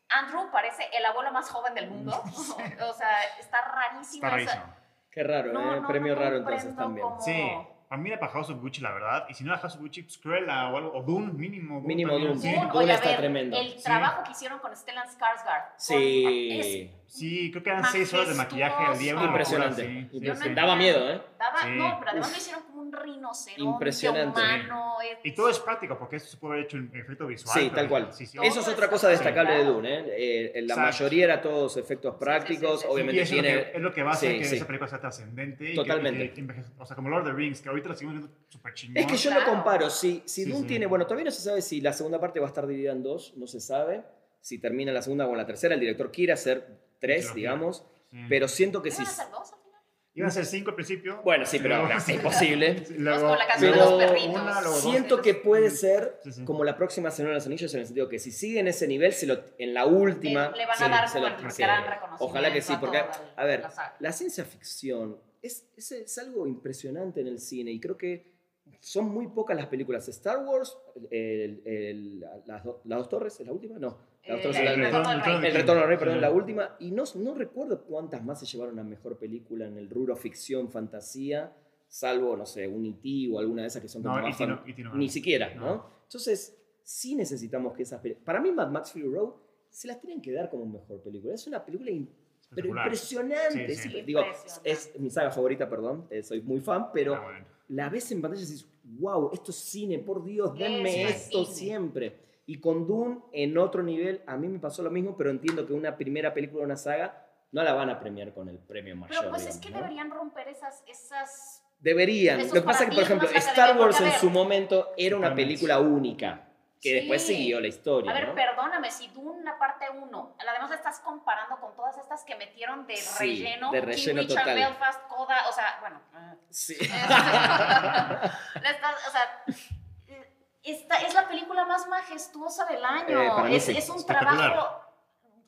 [SPEAKER 1] Andrew parece el abuelo más joven del mundo.
[SPEAKER 2] *laughs*
[SPEAKER 1] *laughs* o sea, está rarísimo.
[SPEAKER 2] Está
[SPEAKER 1] esa-
[SPEAKER 2] rarísimo.
[SPEAKER 3] Qué raro,
[SPEAKER 1] No,
[SPEAKER 3] ¿eh?
[SPEAKER 1] no,
[SPEAKER 3] Premio
[SPEAKER 1] no
[SPEAKER 3] raro entonces
[SPEAKER 1] comprendo
[SPEAKER 3] también.
[SPEAKER 1] cómo-
[SPEAKER 2] Sí, a mí era para House of Gucci, la verdad. Y si no era House of Gucci, pues Cruella o algo. O Dune, mínimo. Dune
[SPEAKER 3] Mínimo
[SPEAKER 2] también,
[SPEAKER 3] Dune.
[SPEAKER 2] Sí,
[SPEAKER 1] Dune,
[SPEAKER 3] Dune
[SPEAKER 1] oye, a
[SPEAKER 3] está
[SPEAKER 1] ver,
[SPEAKER 3] tremendo.
[SPEAKER 1] El
[SPEAKER 2] Sí.
[SPEAKER 1] trabajo que hicieron con Stellan Skarsgård. con-
[SPEAKER 3] Sí.
[SPEAKER 2] Sí, creo que eran seis horas de maquillaje al día. una locura,
[SPEAKER 3] Impresionante.
[SPEAKER 2] sí, sí,
[SPEAKER 1] Yo no
[SPEAKER 2] sí.
[SPEAKER 1] entiendo.
[SPEAKER 3] Daba miedo, ¿eh?
[SPEAKER 1] Daba-
[SPEAKER 2] Sí.
[SPEAKER 1] No, pero además
[SPEAKER 3] Uf.
[SPEAKER 1] lo hicieron como un rinoceronte
[SPEAKER 3] Impresionante.
[SPEAKER 1] humano. es-
[SPEAKER 2] Y todo es práctico, porque esto se puede haber hecho en efecto visual.
[SPEAKER 3] Sí,
[SPEAKER 2] pero-
[SPEAKER 3] tal cual.
[SPEAKER 2] Sí, sí.
[SPEAKER 1] Todo
[SPEAKER 3] Eso es otra cosa
[SPEAKER 1] Sí.
[SPEAKER 3] destacable de Dune, ¿eh? Eh, la
[SPEAKER 2] Exacto.
[SPEAKER 3] mayoría era todos efectos
[SPEAKER 1] Sí, sí,
[SPEAKER 3] prácticos,
[SPEAKER 1] sí, sí.
[SPEAKER 2] Y
[SPEAKER 3] obviamente
[SPEAKER 2] eso es lo
[SPEAKER 3] tiene...
[SPEAKER 2] que- es lo que va a hacer
[SPEAKER 3] Sí,
[SPEAKER 2] que
[SPEAKER 3] sí.
[SPEAKER 2] esa película sea trascendente. y que-
[SPEAKER 3] Totalmente.
[SPEAKER 2] y que enveje- o sea, como Lord of the Rings, que ahorita lo seguimos viendo súper chingón.
[SPEAKER 3] Es que yo
[SPEAKER 1] Claro.
[SPEAKER 3] lo comparo, si, si
[SPEAKER 2] Sí,
[SPEAKER 3] Dune
[SPEAKER 2] sí.
[SPEAKER 3] tiene, bueno, todavía no se sabe si la segunda parte va a estar dividida en dos, no se sabe, si termina la segunda o en la tercera, el director quiere hacer tres,
[SPEAKER 2] Trilogía.
[SPEAKER 3] digamos,
[SPEAKER 2] Sí.
[SPEAKER 3] pero siento que
[SPEAKER 1] ¿Iban
[SPEAKER 3] sí.
[SPEAKER 1] Mm. a ser dos al final?
[SPEAKER 2] Iban a ser cinco al principio.
[SPEAKER 3] Bueno, sí, pero
[SPEAKER 2] luego- *laughs*
[SPEAKER 3] ahora es imposible.
[SPEAKER 2] Luego,
[SPEAKER 1] con la canción
[SPEAKER 3] de
[SPEAKER 2] luego
[SPEAKER 1] los perritos.
[SPEAKER 2] Una, luego dos.
[SPEAKER 3] Siento que
[SPEAKER 1] Mm.
[SPEAKER 3] puede ser
[SPEAKER 2] Sí, sí.
[SPEAKER 3] como la próxima Señora de los Anillos en el sentido que si sigue en ese nivel, se lo, en la última...
[SPEAKER 1] Le- le van a
[SPEAKER 3] sí,
[SPEAKER 1] dar
[SPEAKER 3] se
[SPEAKER 1] como
[SPEAKER 3] lo-
[SPEAKER 1] el
[SPEAKER 3] sí.
[SPEAKER 1] gran reconocimiento
[SPEAKER 3] Ojalá que sí,
[SPEAKER 1] a
[SPEAKER 3] porque,
[SPEAKER 1] toda
[SPEAKER 3] a ver,
[SPEAKER 1] la saga.
[SPEAKER 3] la ciencia ficción es, es, es algo impresionante en el cine y creo que son muy pocas las películas. Star Wars, el- el- la- las, do- las dos torres, ¿es la última? No, las
[SPEAKER 1] Eh,
[SPEAKER 3] dos torres
[SPEAKER 1] El
[SPEAKER 3] es la-
[SPEAKER 1] Retorno del Rey.
[SPEAKER 3] el retorno al rey, perdón,
[SPEAKER 2] Sí.
[SPEAKER 3] la última. Y no, no recuerdo cuántas más se llevaron a mejor película en el rubro ficción, fantasía, salvo, no sé, un E.T. o alguna de esas que son como
[SPEAKER 2] No,
[SPEAKER 3] más
[SPEAKER 2] E.T. no,
[SPEAKER 3] fan-
[SPEAKER 2] E.T. no.
[SPEAKER 3] Ni siquiera,
[SPEAKER 2] No.
[SPEAKER 3] ¿no? Entonces, sí necesitamos que esas películas. Para mí, Mad Max Fury Road se las tienen que dar como mejor película. Es una película in- pero
[SPEAKER 2] Espectacular.
[SPEAKER 3] impresionante.
[SPEAKER 2] Sí, sí.
[SPEAKER 3] sí. Digo,
[SPEAKER 1] Impresionante.
[SPEAKER 3] es mi saga favorita, perdón. eh, soy muy fan, pero
[SPEAKER 2] Ah, bueno.
[SPEAKER 3] la ves en pantalla y dices, wow, esto es cine, por Dios, denme
[SPEAKER 1] Es
[SPEAKER 3] esto
[SPEAKER 1] cine.
[SPEAKER 3] siempre. Y con Dune, en otro nivel, a mí me pasó lo mismo, pero entiendo que una primera película de una saga no la van a premiar con el premio mayor.
[SPEAKER 1] Pero pues es
[SPEAKER 3] digamos,
[SPEAKER 1] que
[SPEAKER 3] ¿no?
[SPEAKER 1] deberían romper esas, esas
[SPEAKER 3] Deberían.
[SPEAKER 1] esos
[SPEAKER 3] Lo que pasa es que, por ejemplo,
[SPEAKER 1] paradigmas
[SPEAKER 3] Star
[SPEAKER 1] académicos,
[SPEAKER 3] Wars
[SPEAKER 1] a
[SPEAKER 3] en
[SPEAKER 1] ver.
[SPEAKER 3] su momento era una
[SPEAKER 2] Totalmente.
[SPEAKER 3] película única, que
[SPEAKER 1] Sí.
[SPEAKER 3] después siguió la historia.
[SPEAKER 1] A ver,
[SPEAKER 3] ¿no?
[SPEAKER 1] perdóname, si tú una parte uno, además la estás comparando con todas estas que metieron de
[SPEAKER 3] Sí,
[SPEAKER 1] relleno,
[SPEAKER 3] de
[SPEAKER 1] King
[SPEAKER 3] relleno
[SPEAKER 1] Richard,
[SPEAKER 3] total.
[SPEAKER 1] Belfast, Coda, o sea, bueno, eh, *laughs*
[SPEAKER 3] Sí. *laughs*
[SPEAKER 1] la estás- o sea, esta es la película más majestuosa del año,
[SPEAKER 3] Eh, para mí
[SPEAKER 1] es,
[SPEAKER 3] sí,
[SPEAKER 1] es un
[SPEAKER 2] espectacular.
[SPEAKER 1] trabajo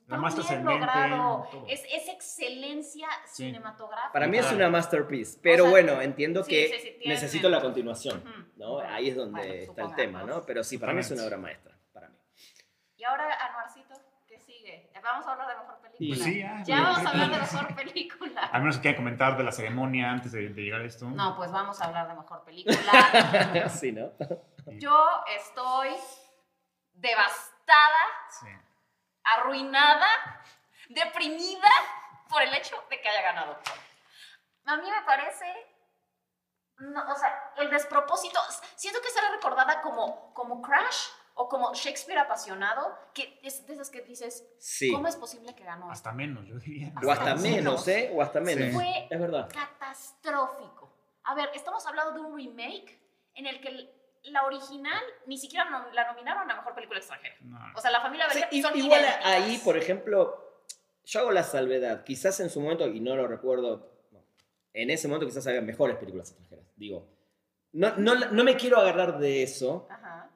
[SPEAKER 2] La más
[SPEAKER 1] tan bien
[SPEAKER 2] trascendente,
[SPEAKER 1] logrado,
[SPEAKER 2] todo.
[SPEAKER 1] es, es excelencia
[SPEAKER 2] Sí.
[SPEAKER 1] cinematográfica.
[SPEAKER 3] Para mí es
[SPEAKER 2] Claro.
[SPEAKER 3] una masterpiece, pero
[SPEAKER 1] sea,
[SPEAKER 3] bueno, entiendo
[SPEAKER 1] sí,
[SPEAKER 3] que
[SPEAKER 1] sí, sí, tiene-
[SPEAKER 3] necesito la continuación.
[SPEAKER 1] Ujú.
[SPEAKER 3] ¿no?
[SPEAKER 1] Bueno,
[SPEAKER 3] Ahí es donde
[SPEAKER 1] bueno,
[SPEAKER 3] está el
[SPEAKER 1] supongamos.
[SPEAKER 3] tema, ¿no? Pero sí, para mí es una obra maestra. Para mí.
[SPEAKER 1] Y ahora, Anuarcito, ¿qué sigue? Vamos a hablar de mejor película.
[SPEAKER 2] Pues sí, ya.
[SPEAKER 1] Ya vamos a hablar de mejor película.
[SPEAKER 2] *laughs* Al menos quieran comentar de la ceremonia antes de, de llegar a esto.
[SPEAKER 1] No, pues vamos a hablar de mejor película.
[SPEAKER 2] *laughs*
[SPEAKER 3] *laughs* sí, ¿no?
[SPEAKER 1] Yo estoy devastada,
[SPEAKER 2] Sí.
[SPEAKER 1] arruinada, deprimida por el hecho de que haya ganado. A mí me parece, no, o sea, el despropósito, siento que será recordada como, como Crash o como Shakespeare apasionado, que es de esas que dices,
[SPEAKER 3] Sí.
[SPEAKER 1] ¿cómo es posible que ganó?
[SPEAKER 2] Hasta menos, yo diría.
[SPEAKER 3] O hasta
[SPEAKER 1] Sí,
[SPEAKER 3] menos,
[SPEAKER 1] no.
[SPEAKER 3] ¿eh? O hasta menos.
[SPEAKER 2] Sí.
[SPEAKER 1] Fue
[SPEAKER 3] Es verdad.
[SPEAKER 1] catastrófico. A ver, estamos hablando de un remake en el que l- la original ni siquiera nom- la nominaron a mejor película extranjera.
[SPEAKER 2] No.
[SPEAKER 1] O sea, la familia
[SPEAKER 3] Sí,
[SPEAKER 1] Bellier
[SPEAKER 3] i-
[SPEAKER 1] son
[SPEAKER 3] igual
[SPEAKER 1] idénticas.
[SPEAKER 3] ahí, por ejemplo, yo hago la salvedad. Quizás en su momento, y no lo recuerdo, no, en ese momento quizás había mejores películas extranjeras. Digo, no, no, la- no me quiero agarrar de eso,
[SPEAKER 1] Ajá.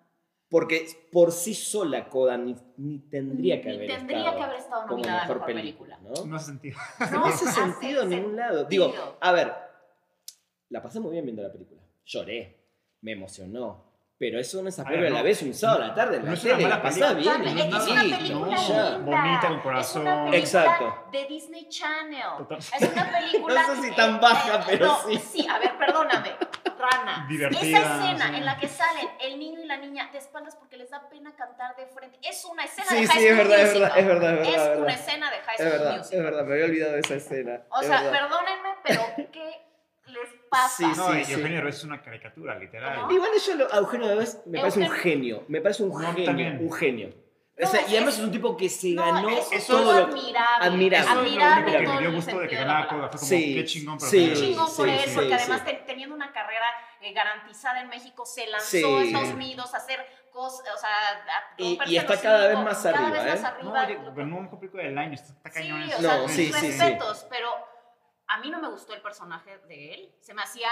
[SPEAKER 3] porque por sí sola Coda ni, ni tendría que
[SPEAKER 1] Ni
[SPEAKER 3] haber
[SPEAKER 1] tendría
[SPEAKER 3] estado
[SPEAKER 1] que haber estado
[SPEAKER 3] como
[SPEAKER 1] nominada a
[SPEAKER 3] mejor
[SPEAKER 1] mejor
[SPEAKER 3] película,
[SPEAKER 1] película.
[SPEAKER 3] ¿no?
[SPEAKER 2] no hace sentido.
[SPEAKER 1] No
[SPEAKER 3] *laughs* No hace sentido en
[SPEAKER 1] ni
[SPEAKER 3] ningún lado. Digo, a ver, la pasé muy bien viendo la película. Lloré, me emocionó. Pero eso no es
[SPEAKER 2] A
[SPEAKER 3] a
[SPEAKER 2] ver,
[SPEAKER 3] la
[SPEAKER 2] no.
[SPEAKER 3] vez un sábado a la tarde. en
[SPEAKER 2] No
[SPEAKER 3] la
[SPEAKER 2] es una
[SPEAKER 3] tele,
[SPEAKER 2] mala
[SPEAKER 3] la pasás
[SPEAKER 2] película.
[SPEAKER 3] bien. y
[SPEAKER 1] es
[SPEAKER 2] no,
[SPEAKER 1] una
[SPEAKER 2] no,
[SPEAKER 1] película
[SPEAKER 2] no,
[SPEAKER 1] linda.
[SPEAKER 3] ya.
[SPEAKER 2] Bonita, con
[SPEAKER 1] Es una
[SPEAKER 2] corazón.
[SPEAKER 1] película
[SPEAKER 3] Exacto.
[SPEAKER 1] De Disney Channel.
[SPEAKER 2] Total.
[SPEAKER 1] Es una película.
[SPEAKER 3] *laughs* No sé si
[SPEAKER 1] *laughs*
[SPEAKER 3] tan baja, pero
[SPEAKER 1] no,
[SPEAKER 3] sí.
[SPEAKER 1] a ver, perdóname. Rana. Esa
[SPEAKER 2] Divertida,
[SPEAKER 1] escena
[SPEAKER 2] sí.
[SPEAKER 1] en la que salen el niño y la niña de espaldas porque les da pena cantar de frente. Es una escena
[SPEAKER 3] Sí,
[SPEAKER 1] de High
[SPEAKER 3] sí,
[SPEAKER 1] School
[SPEAKER 3] es verdad, es
[SPEAKER 1] Musical.
[SPEAKER 3] verdad, es verdad, es verdad,
[SPEAKER 1] Es
[SPEAKER 3] es
[SPEAKER 1] una
[SPEAKER 3] verdad.
[SPEAKER 1] escena de High
[SPEAKER 3] Es
[SPEAKER 1] School
[SPEAKER 3] verdad, es
[SPEAKER 1] Musical.
[SPEAKER 3] verdad, me había olvidado de esa escena.
[SPEAKER 1] O
[SPEAKER 3] es
[SPEAKER 1] sea,
[SPEAKER 3] verdad.
[SPEAKER 1] perdónenme,
[SPEAKER 3] *laughs*
[SPEAKER 1] pero ¿qué les pasa?
[SPEAKER 3] Sí,
[SPEAKER 2] No, y
[SPEAKER 3] sí.
[SPEAKER 2] Eugenio Derbez es una caricatura, literal.
[SPEAKER 1] ¿Cómo?
[SPEAKER 3] Igual yo lo, a Eugenio Derbez me parece un
[SPEAKER 1] Eugenio-
[SPEAKER 3] genio, me parece un
[SPEAKER 2] No,
[SPEAKER 3] genio,
[SPEAKER 2] también.
[SPEAKER 3] un genio. O
[SPEAKER 1] No,
[SPEAKER 3] sea,
[SPEAKER 1] es-
[SPEAKER 3] y además es un tipo que se
[SPEAKER 1] No,
[SPEAKER 3] ganó
[SPEAKER 1] es un tipo
[SPEAKER 3] todo lo
[SPEAKER 1] admirable.
[SPEAKER 3] admirable.
[SPEAKER 2] Eso es lo
[SPEAKER 1] Admirable
[SPEAKER 2] único que
[SPEAKER 1] todo
[SPEAKER 2] me dio
[SPEAKER 1] el
[SPEAKER 2] gusto de que
[SPEAKER 1] sentido de
[SPEAKER 2] ganara
[SPEAKER 1] la
[SPEAKER 2] Coda. Fue como,
[SPEAKER 3] Sí,
[SPEAKER 2] qué chingón. pero
[SPEAKER 3] sí.
[SPEAKER 1] Qué chingón
[SPEAKER 3] Sí,
[SPEAKER 1] por él,
[SPEAKER 3] sí,
[SPEAKER 1] porque
[SPEAKER 3] sí.
[SPEAKER 1] además te- teniendo una carrera eh, garantizada en México, se lanzó
[SPEAKER 3] Sí.
[SPEAKER 1] a Estados Unidos a hacer cosas, o sea, a
[SPEAKER 3] Y-
[SPEAKER 1] romperse
[SPEAKER 3] y está
[SPEAKER 1] los
[SPEAKER 3] cada vez
[SPEAKER 1] hijos,
[SPEAKER 3] más
[SPEAKER 1] cada
[SPEAKER 3] arriba,
[SPEAKER 1] vez más
[SPEAKER 3] ¿eh?
[SPEAKER 1] arriba.
[SPEAKER 2] No, oye, ganó mejor película del año. Está, está cañón
[SPEAKER 1] sí,
[SPEAKER 2] eso.
[SPEAKER 1] o sea,
[SPEAKER 3] No,
[SPEAKER 1] mis
[SPEAKER 3] sí, sí, sí.
[SPEAKER 1] respetos, pero a mí no me gustó el personaje de él. Se me hacía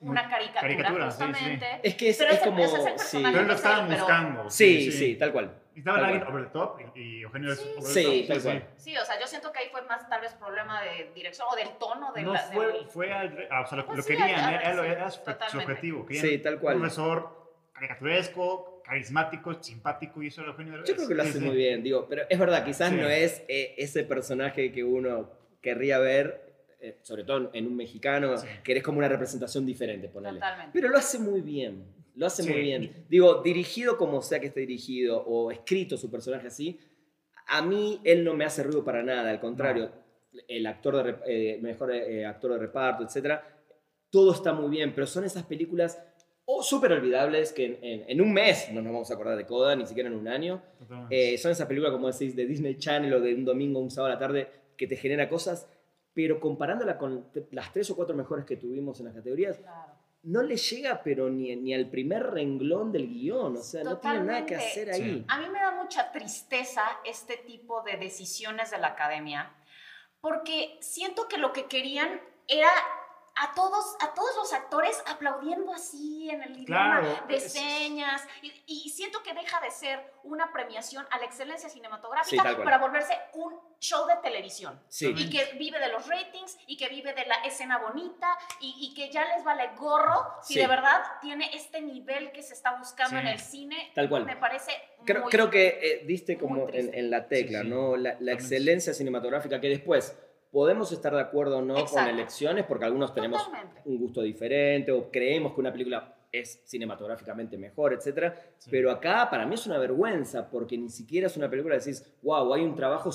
[SPEAKER 1] una caricatura,
[SPEAKER 2] Caricatura, sí, sí.
[SPEAKER 1] justamente.
[SPEAKER 3] Es que es,
[SPEAKER 1] Pero
[SPEAKER 3] es
[SPEAKER 1] ese-
[SPEAKER 3] como.
[SPEAKER 1] ese es el
[SPEAKER 3] sí.
[SPEAKER 1] personaje.
[SPEAKER 2] Pero lo estaban
[SPEAKER 1] Pero-
[SPEAKER 2] buscando.
[SPEAKER 3] Sí, sí, tal cual.
[SPEAKER 2] Necesitaban a
[SPEAKER 3] Tal
[SPEAKER 2] alguien
[SPEAKER 3] cual.
[SPEAKER 2] over the top y, y Eugenio es
[SPEAKER 1] Sí,
[SPEAKER 2] over the
[SPEAKER 3] sí,
[SPEAKER 2] top.
[SPEAKER 3] tal cual.
[SPEAKER 1] Sí, o sea, yo siento que ahí fue más tal vez problema de dirección o del tono de
[SPEAKER 2] No
[SPEAKER 1] la,
[SPEAKER 2] fue,
[SPEAKER 1] del-
[SPEAKER 2] fue al- ah, o sea, lo,
[SPEAKER 1] Pues
[SPEAKER 2] lo
[SPEAKER 1] sí,
[SPEAKER 2] querían,
[SPEAKER 1] al- al-
[SPEAKER 2] era, lo-
[SPEAKER 1] sí,
[SPEAKER 2] era su, su
[SPEAKER 1] totalmente.
[SPEAKER 2] objetivo. querían
[SPEAKER 3] Sí, tal
[SPEAKER 2] Un
[SPEAKER 3] cual.
[SPEAKER 2] profesor caricaturesco, carismático, simpático y eso era Eugenio Derbez.
[SPEAKER 3] Yo creo que lo
[SPEAKER 2] Sí,
[SPEAKER 3] hace
[SPEAKER 2] sí.
[SPEAKER 3] muy bien, digo, pero es verdad, quizás
[SPEAKER 2] Sí.
[SPEAKER 3] no es eh, ese personaje que uno querría ver, eh, sobre todo en un mexicano,
[SPEAKER 2] Sí.
[SPEAKER 3] que eres como una representación diferente, ponele.
[SPEAKER 1] Totalmente.
[SPEAKER 3] Pero lo hace muy bien, lo hace
[SPEAKER 2] Sí.
[SPEAKER 3] muy bien. Digo, dirigido como sea que esté dirigido o escrito su personaje así, a mí él no me hace ruido para nada, al contrario, el actor de, rep- eh, mejor eh, actor de reparto, etcétera, todo está muy bien, pero son esas películas o súper olvidables que en, en- en un mes no nos vamos a acordar de Coda, ni siquiera en un año.
[SPEAKER 2] Totalmente.
[SPEAKER 3] Eh, son esas películas, como decís, de Disney Channel o de un domingo, un sábado a la tarde, que te genera cosas, pero comparándola con te- las tres o cuatro mejores que tuvimos en las categorías,
[SPEAKER 1] Claro.
[SPEAKER 3] no le llega, pero ni, ni al primer renglón del guión, o sea, no tiene nada que
[SPEAKER 1] Totalmente.
[SPEAKER 3] hacer
[SPEAKER 2] Sí.
[SPEAKER 3] ahí.
[SPEAKER 1] A mí me da mucha tristeza este tipo de decisiones de la academia, porque siento que lo que querían era a todos, a todos los actores aplaudiendo así en el idioma
[SPEAKER 2] Claro,
[SPEAKER 1] de
[SPEAKER 2] es-
[SPEAKER 1] señas, y, y siento que deja de ser una premiación a la excelencia
[SPEAKER 3] Sí,
[SPEAKER 1] cinematográfica
[SPEAKER 3] tal cual.
[SPEAKER 1] para volverse un show de televisión.
[SPEAKER 3] Sí.
[SPEAKER 1] Y que vive de los ratings, y que vive de la escena bonita, y, y que ya les vale gorro si
[SPEAKER 3] Sí.
[SPEAKER 1] de verdad tiene este nivel que se está buscando
[SPEAKER 2] Sí.
[SPEAKER 1] en el cine
[SPEAKER 3] Tal cual.
[SPEAKER 1] me parece
[SPEAKER 3] Creo,
[SPEAKER 1] muy-
[SPEAKER 3] creo que eh, diste como
[SPEAKER 1] muy
[SPEAKER 3] en,
[SPEAKER 1] triste.
[SPEAKER 3] en la tecla,
[SPEAKER 2] Sí, sí.
[SPEAKER 3] ¿no? La, la excelencia cinematográfica que después podemos estar de acuerdo o no con
[SPEAKER 1] Exacto.
[SPEAKER 3] elecciones, porque algunos tenemos
[SPEAKER 1] Totalmente.
[SPEAKER 3] un gusto diferente o creemos que una película es cinematográficamente mejor, etcétera,
[SPEAKER 2] Sí.
[SPEAKER 3] Pero acá para mí es una vergüenza porque ni siquiera es una película que decís, wow, hay un trabajo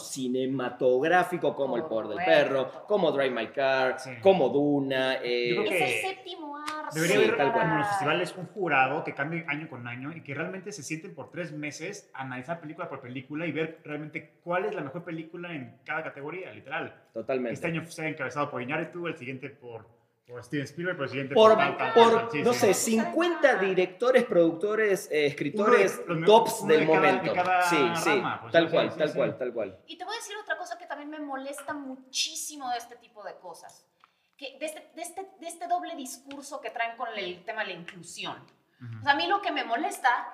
[SPEAKER 3] cinematográfico como El Poder del
[SPEAKER 1] Correcto.
[SPEAKER 3] Perro, como Drive My Car,
[SPEAKER 2] Sí.
[SPEAKER 3] como Duna. eh,
[SPEAKER 2] Yo creo que-
[SPEAKER 1] Es el séptimo arte.
[SPEAKER 2] Debería
[SPEAKER 3] Sí, Ah.
[SPEAKER 2] haber
[SPEAKER 3] tal cual.
[SPEAKER 2] como en los festivales un jurado que cambie año con año y que realmente se sienten por tres meses a analizar película por película y ver realmente cuál es la mejor película en cada categoría, literal.
[SPEAKER 3] Totalmente.
[SPEAKER 2] Este año se ha encabezado por Iñárritu, el siguiente por, por Steven Spielberg, pero el siguiente
[SPEAKER 3] por,
[SPEAKER 2] tal, tal,
[SPEAKER 3] por,
[SPEAKER 2] tal, sí,
[SPEAKER 3] no
[SPEAKER 2] sí.
[SPEAKER 3] sé, 50 directores, productores, eh,
[SPEAKER 2] Uno de-
[SPEAKER 3] escritores,
[SPEAKER 2] los me-
[SPEAKER 3] tops
[SPEAKER 2] uno
[SPEAKER 3] del
[SPEAKER 2] de cada- de
[SPEAKER 3] momento.
[SPEAKER 2] cada
[SPEAKER 3] sí, sí,
[SPEAKER 2] rama, pues,
[SPEAKER 3] tal
[SPEAKER 2] sí,
[SPEAKER 3] cual,
[SPEAKER 2] sí,
[SPEAKER 3] tal
[SPEAKER 2] sí.
[SPEAKER 3] cual, tal cual.
[SPEAKER 1] Y te voy a decir otra cosa que también me molesta muchísimo de este tipo de cosas. Que de, este, de este- de este doble discurso que traen con el tema de la inclusión.
[SPEAKER 2] Ujú.
[SPEAKER 1] O sea, a mí lo que me molesta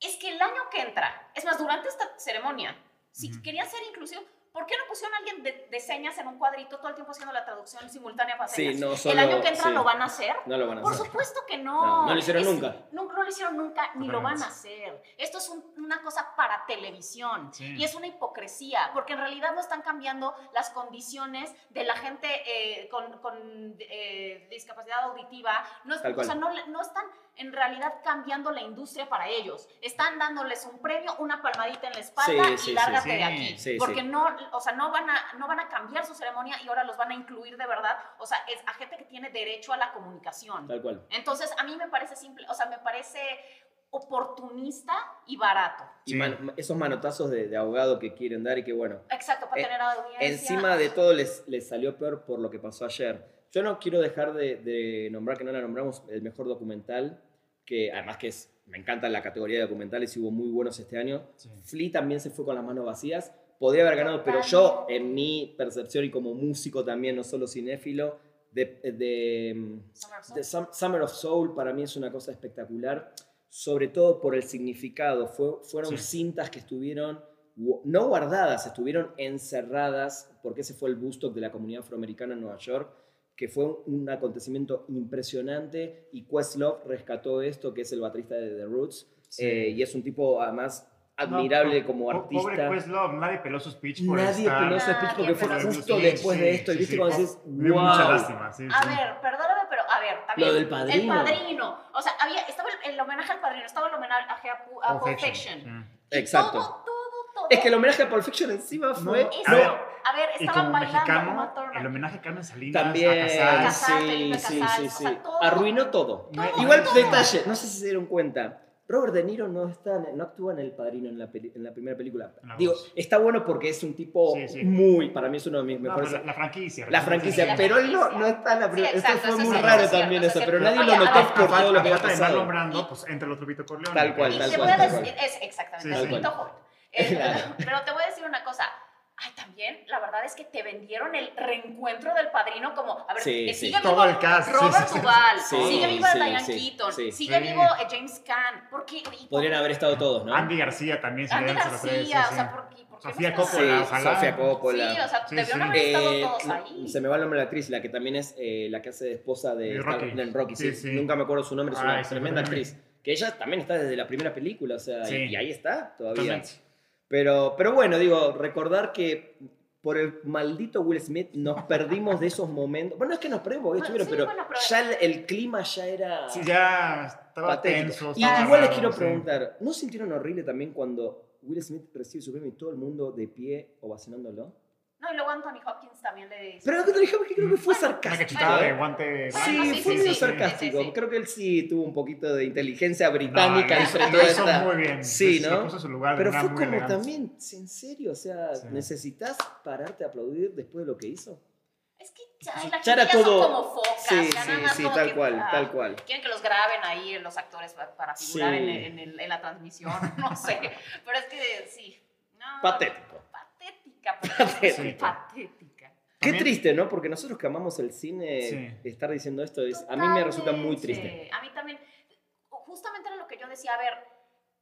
[SPEAKER 1] es que el año que entra, es más, durante esta ceremonia, si
[SPEAKER 2] Ujú.
[SPEAKER 1] querían ser inclusivos, ¿por qué no pusieron a alguien de, de señas en un cuadrito todo el tiempo haciendo la traducción simultánea para
[SPEAKER 3] Sí,
[SPEAKER 1] señas?
[SPEAKER 3] no
[SPEAKER 1] ¿El
[SPEAKER 3] solo-
[SPEAKER 1] año que entra
[SPEAKER 3] sí.
[SPEAKER 1] lo van a hacer?
[SPEAKER 3] No lo van a
[SPEAKER 1] Por
[SPEAKER 3] hacer.
[SPEAKER 1] supuesto que no.
[SPEAKER 3] No, no lo hicieron nunca.
[SPEAKER 1] Nunca no lo hicieron nunca, ni lo van
[SPEAKER 2] Totalmente.
[SPEAKER 1] a hacer. Esto es un- una cosa para televisión
[SPEAKER 2] Sí.
[SPEAKER 1] y es una hipocresía, porque en realidad no están cambiando las condiciones de la gente eh, con, con, eh, discapacidad auditiva. No, es-
[SPEAKER 3] Tal
[SPEAKER 1] o
[SPEAKER 3] cual.
[SPEAKER 1] sea, no, le- no están en realidad cambiando la industria para ellos. Están dándoles un premio, una palmadita en la espalda
[SPEAKER 3] Sí,
[SPEAKER 1] y
[SPEAKER 3] sí, sí,
[SPEAKER 1] lárgate
[SPEAKER 2] sí.
[SPEAKER 1] de aquí.
[SPEAKER 3] Sí, sí.
[SPEAKER 1] porque no, o sea, no van a, no van a cambiar su ceremonia y ahora los van a incluir de verdad. O sea, es a gente que tiene derecho a la comunicación.
[SPEAKER 3] Tal cual.
[SPEAKER 1] Entonces, a mí me parece simple, o sea, me parece oportunista y barato.
[SPEAKER 3] Y
[SPEAKER 2] Sí.
[SPEAKER 3] man- esos manotazos de, de ahogado que quieren dar y que bueno,
[SPEAKER 1] Exacto, para
[SPEAKER 3] Eh,
[SPEAKER 1] tener audiencia.
[SPEAKER 3] Encima de todo les, les salió peor por lo que pasó ayer. Yo no quiero dejar de, de nombrar, que no la nombramos, el mejor documental, que además que es, me encanta la categoría de documentales y hubo muy buenos este año.
[SPEAKER 2] Sí.
[SPEAKER 3] Flea también se fue con las manos vacías. Podría haber ganado, pero yo, en mi percepción y como músico también, no solo cinéfilo, de, de,
[SPEAKER 1] Summer of Soul.
[SPEAKER 3] The Sum- Summer of Soul para mí es una cosa espectacular, sobre todo por el significado. Fue- fueron
[SPEAKER 2] Sí.
[SPEAKER 3] cintas que estuvieron gu- no guardadas, estuvieron encerradas, porque ese fue el busto de la comunidad afroamericana en Nueva York, que fue un, un acontecimiento impresionante y Questlove rescató esto, que es el baterista de The Roots,
[SPEAKER 2] Sí.
[SPEAKER 3] eh, y es un tipo además
[SPEAKER 2] No,
[SPEAKER 3] admirable
[SPEAKER 2] po-
[SPEAKER 3] como
[SPEAKER 2] po- Pobre
[SPEAKER 3] artista.
[SPEAKER 2] Questlove, nadie peló sus pitch por
[SPEAKER 3] Nadie
[SPEAKER 2] estar-
[SPEAKER 3] peló ese
[SPEAKER 1] Nadie
[SPEAKER 3] speech porque fue
[SPEAKER 1] peló ese
[SPEAKER 3] justo
[SPEAKER 1] speech,
[SPEAKER 3] después de
[SPEAKER 2] sí,
[SPEAKER 3] esto. Y
[SPEAKER 2] sí,
[SPEAKER 3] viste
[SPEAKER 2] sí.
[SPEAKER 3] cuando decís,
[SPEAKER 2] Me dio mucha
[SPEAKER 3] wow,
[SPEAKER 2] lástima, sí,
[SPEAKER 1] A
[SPEAKER 2] sí.
[SPEAKER 1] ver, perdóname, pero a ver, también.
[SPEAKER 3] Lo del padrino.
[SPEAKER 1] El padrino. O sea, había, estaba el, el homenaje al padrino, estaba el homenaje a, Pu- a Pulp Fiction.
[SPEAKER 2] Sí.
[SPEAKER 1] Y
[SPEAKER 3] Exacto.
[SPEAKER 1] Todo, todo, todo.
[SPEAKER 3] Es que el homenaje a Pulp Fiction encima fue.
[SPEAKER 2] No,
[SPEAKER 1] Eso,
[SPEAKER 2] A ver,
[SPEAKER 1] a ver,
[SPEAKER 2] Y
[SPEAKER 1] estaban
[SPEAKER 2] como
[SPEAKER 1] bailando
[SPEAKER 2] mexicano,
[SPEAKER 1] Uma Thurman.
[SPEAKER 2] el homenaje a Carmen Salinas, a
[SPEAKER 3] También,
[SPEAKER 2] Casals,
[SPEAKER 1] Casals,
[SPEAKER 3] sí,
[SPEAKER 1] Felipe
[SPEAKER 3] sí,
[SPEAKER 1] Casals,
[SPEAKER 3] sí,
[SPEAKER 1] o
[SPEAKER 3] sí.
[SPEAKER 1] sea, todo.
[SPEAKER 3] Arruinó todo.
[SPEAKER 2] No hay-
[SPEAKER 3] Igual
[SPEAKER 1] todo.
[SPEAKER 3] detalle, no sé si se dieron cuenta. Robert De Niro no, está, en- no actúa en El Padrino en la, peli- en la primera película.
[SPEAKER 2] En la
[SPEAKER 3] Digo,
[SPEAKER 2] dos.
[SPEAKER 3] está bueno porque es un tipo
[SPEAKER 2] Sí, sí.
[SPEAKER 3] muy, para mí es uno de mis
[SPEAKER 2] No,
[SPEAKER 3] mejores.
[SPEAKER 2] pero la, la
[SPEAKER 3] la,
[SPEAKER 2] franquicia.
[SPEAKER 3] franquicia,
[SPEAKER 1] sí, sí.
[SPEAKER 3] pero él no, no está en la
[SPEAKER 1] Sí,
[SPEAKER 3] primera. Esto
[SPEAKER 1] exacto,
[SPEAKER 3] fue
[SPEAKER 1] eso
[SPEAKER 3] muy
[SPEAKER 1] sí,
[SPEAKER 3] raro
[SPEAKER 1] eso es cierto,
[SPEAKER 3] también
[SPEAKER 1] eso es
[SPEAKER 3] eso, pero
[SPEAKER 1] cierto.
[SPEAKER 3] nadie
[SPEAKER 1] Oye,
[SPEAKER 3] lo
[SPEAKER 1] a
[SPEAKER 3] notó
[SPEAKER 1] ver,
[SPEAKER 3] por todo lo que había
[SPEAKER 2] falta de mal
[SPEAKER 3] pasado.
[SPEAKER 2] nombrando, pues entra el otro Vito Corleone.
[SPEAKER 3] Tal cual,
[SPEAKER 1] Y
[SPEAKER 3] tal
[SPEAKER 1] te
[SPEAKER 3] cual,
[SPEAKER 1] voy a
[SPEAKER 3] tal
[SPEAKER 1] decir, es exactamente,
[SPEAKER 2] Sí,
[SPEAKER 3] *laughs*
[SPEAKER 1] es
[SPEAKER 3] sí.
[SPEAKER 1] un pito joven. Eh,
[SPEAKER 3] Claro.
[SPEAKER 1] Pero te voy a decir una cosa. ay, también, la verdad es que te vendieron el reencuentro del padrino como, a ver,
[SPEAKER 3] Sí,
[SPEAKER 1] que
[SPEAKER 3] sí.
[SPEAKER 1] sigue
[SPEAKER 2] Todo
[SPEAKER 1] vivo
[SPEAKER 2] el cast, sí,
[SPEAKER 1] Robert
[SPEAKER 2] sí, sí,
[SPEAKER 1] Duvall,
[SPEAKER 3] sí.
[SPEAKER 1] sigue
[SPEAKER 3] Sí,
[SPEAKER 1] vivo
[SPEAKER 3] sí,
[SPEAKER 1] Diane
[SPEAKER 3] sí,
[SPEAKER 1] Keaton,
[SPEAKER 3] sí.
[SPEAKER 1] sigue
[SPEAKER 2] Sí.
[SPEAKER 1] vivo eh, James Caan, ¿por qué? Y
[SPEAKER 3] Podrían haber estado todos, ¿no?
[SPEAKER 2] Andy García también. si
[SPEAKER 1] Andy
[SPEAKER 2] le dan los tres,
[SPEAKER 1] García,
[SPEAKER 2] sí,
[SPEAKER 1] o sea,
[SPEAKER 2] sí.
[SPEAKER 1] ¿por qué? ¿Por qué
[SPEAKER 2] Sofía
[SPEAKER 1] no están?
[SPEAKER 2] Coppola, ojalá.
[SPEAKER 3] Sofía Coppola.
[SPEAKER 1] Sí, o sea,
[SPEAKER 2] Sí,
[SPEAKER 1] debieron
[SPEAKER 2] sí.
[SPEAKER 1] haber estado
[SPEAKER 3] Eh,
[SPEAKER 1] todos
[SPEAKER 3] no,
[SPEAKER 1] ahí.
[SPEAKER 3] se me va el nombre de la actriz, la que también es eh, la que hace de esposa de
[SPEAKER 2] De Rocky.
[SPEAKER 3] de Rocky, sí.
[SPEAKER 2] Sí, sí.
[SPEAKER 3] Nunca me acuerdo su nombre, es una
[SPEAKER 2] Ay, sí,
[SPEAKER 3] tremenda
[SPEAKER 2] también.
[SPEAKER 3] actriz. Que ella también está desde la primera película, o sea, y-
[SPEAKER 2] Sí.
[SPEAKER 3] y ahí está todavía.
[SPEAKER 2] Totalmente.
[SPEAKER 3] Pero, pero bueno, digo, recordar que por el maldito Will Smith
[SPEAKER 2] *laughs*
[SPEAKER 3] nos perdimos de esos momentos. Bueno, no es que nos perdimos, porque
[SPEAKER 1] Bueno,
[SPEAKER 3] estuvieron,
[SPEAKER 1] sí,
[SPEAKER 3] pero,
[SPEAKER 1] bueno, pero-
[SPEAKER 3] ya el, el clima ya era
[SPEAKER 2] Sí, ya estaba
[SPEAKER 3] patético.
[SPEAKER 2] tenso.
[SPEAKER 3] Y
[SPEAKER 2] estaba
[SPEAKER 3] igual les
[SPEAKER 2] raro,
[SPEAKER 3] quiero
[SPEAKER 2] sí.
[SPEAKER 3] preguntar, ¿no sintieron horrible también cuando Will Smith recibe su premio y todo el mundo de pie ovacionándolo?
[SPEAKER 1] No, y luego Anthony Hopkins también le dice.
[SPEAKER 3] Pero lo que te dije porque creo que fue
[SPEAKER 2] Una
[SPEAKER 3] sarcástico.
[SPEAKER 2] cachetada de
[SPEAKER 3] ¿eh?
[SPEAKER 2] guante.
[SPEAKER 1] Bueno,
[SPEAKER 3] Sí,
[SPEAKER 1] sí,
[SPEAKER 3] fue
[SPEAKER 1] sí,
[SPEAKER 3] medio
[SPEAKER 1] sí,
[SPEAKER 3] sarcástico.
[SPEAKER 1] sí, sí, sí.
[SPEAKER 3] Creo que él sí tuvo un poquito de inteligencia
[SPEAKER 2] No,
[SPEAKER 3] británica
[SPEAKER 2] lo hizo,
[SPEAKER 3] entre
[SPEAKER 2] lo
[SPEAKER 3] toda
[SPEAKER 2] hizo
[SPEAKER 3] esta-
[SPEAKER 2] muy bien.
[SPEAKER 3] Sí,
[SPEAKER 2] Se
[SPEAKER 3] ¿no?
[SPEAKER 2] puso en su lugar de
[SPEAKER 3] Pero
[SPEAKER 2] una
[SPEAKER 3] fue
[SPEAKER 2] muy
[SPEAKER 3] como
[SPEAKER 2] elegante.
[SPEAKER 3] también, en serio, o sea,
[SPEAKER 2] Sí.
[SPEAKER 3] ¿necesitas pararte a aplaudir después de lo que hizo?
[SPEAKER 1] Es que ya, la
[SPEAKER 3] Ya
[SPEAKER 1] gente
[SPEAKER 3] era
[SPEAKER 1] ya son
[SPEAKER 3] todo-
[SPEAKER 1] como focas.
[SPEAKER 3] Sí,
[SPEAKER 1] ya
[SPEAKER 3] sí,
[SPEAKER 1] nada más
[SPEAKER 3] sí,
[SPEAKER 1] como
[SPEAKER 3] tal
[SPEAKER 1] que,
[SPEAKER 3] cual,
[SPEAKER 1] ah,
[SPEAKER 3] tal cual.
[SPEAKER 1] Quieren que los graben ahí los actores pa- para figurar
[SPEAKER 3] Sí.
[SPEAKER 1] en, el- en el- en la transmisión, *laughs* no sé. Pero es que sí. No,
[SPEAKER 3] Patético. *laughs*
[SPEAKER 1] Patética.
[SPEAKER 3] Patético.
[SPEAKER 1] Patética. patética.
[SPEAKER 3] Qué
[SPEAKER 2] También-
[SPEAKER 3] triste, ¿no? Porque nosotros que amamos el cine,
[SPEAKER 2] Sí.
[SPEAKER 3] estar diciendo esto es, Pues, a mí me resulta muy triste.
[SPEAKER 1] Totalmente. A mí también. Justamente era lo que yo decía. A ver,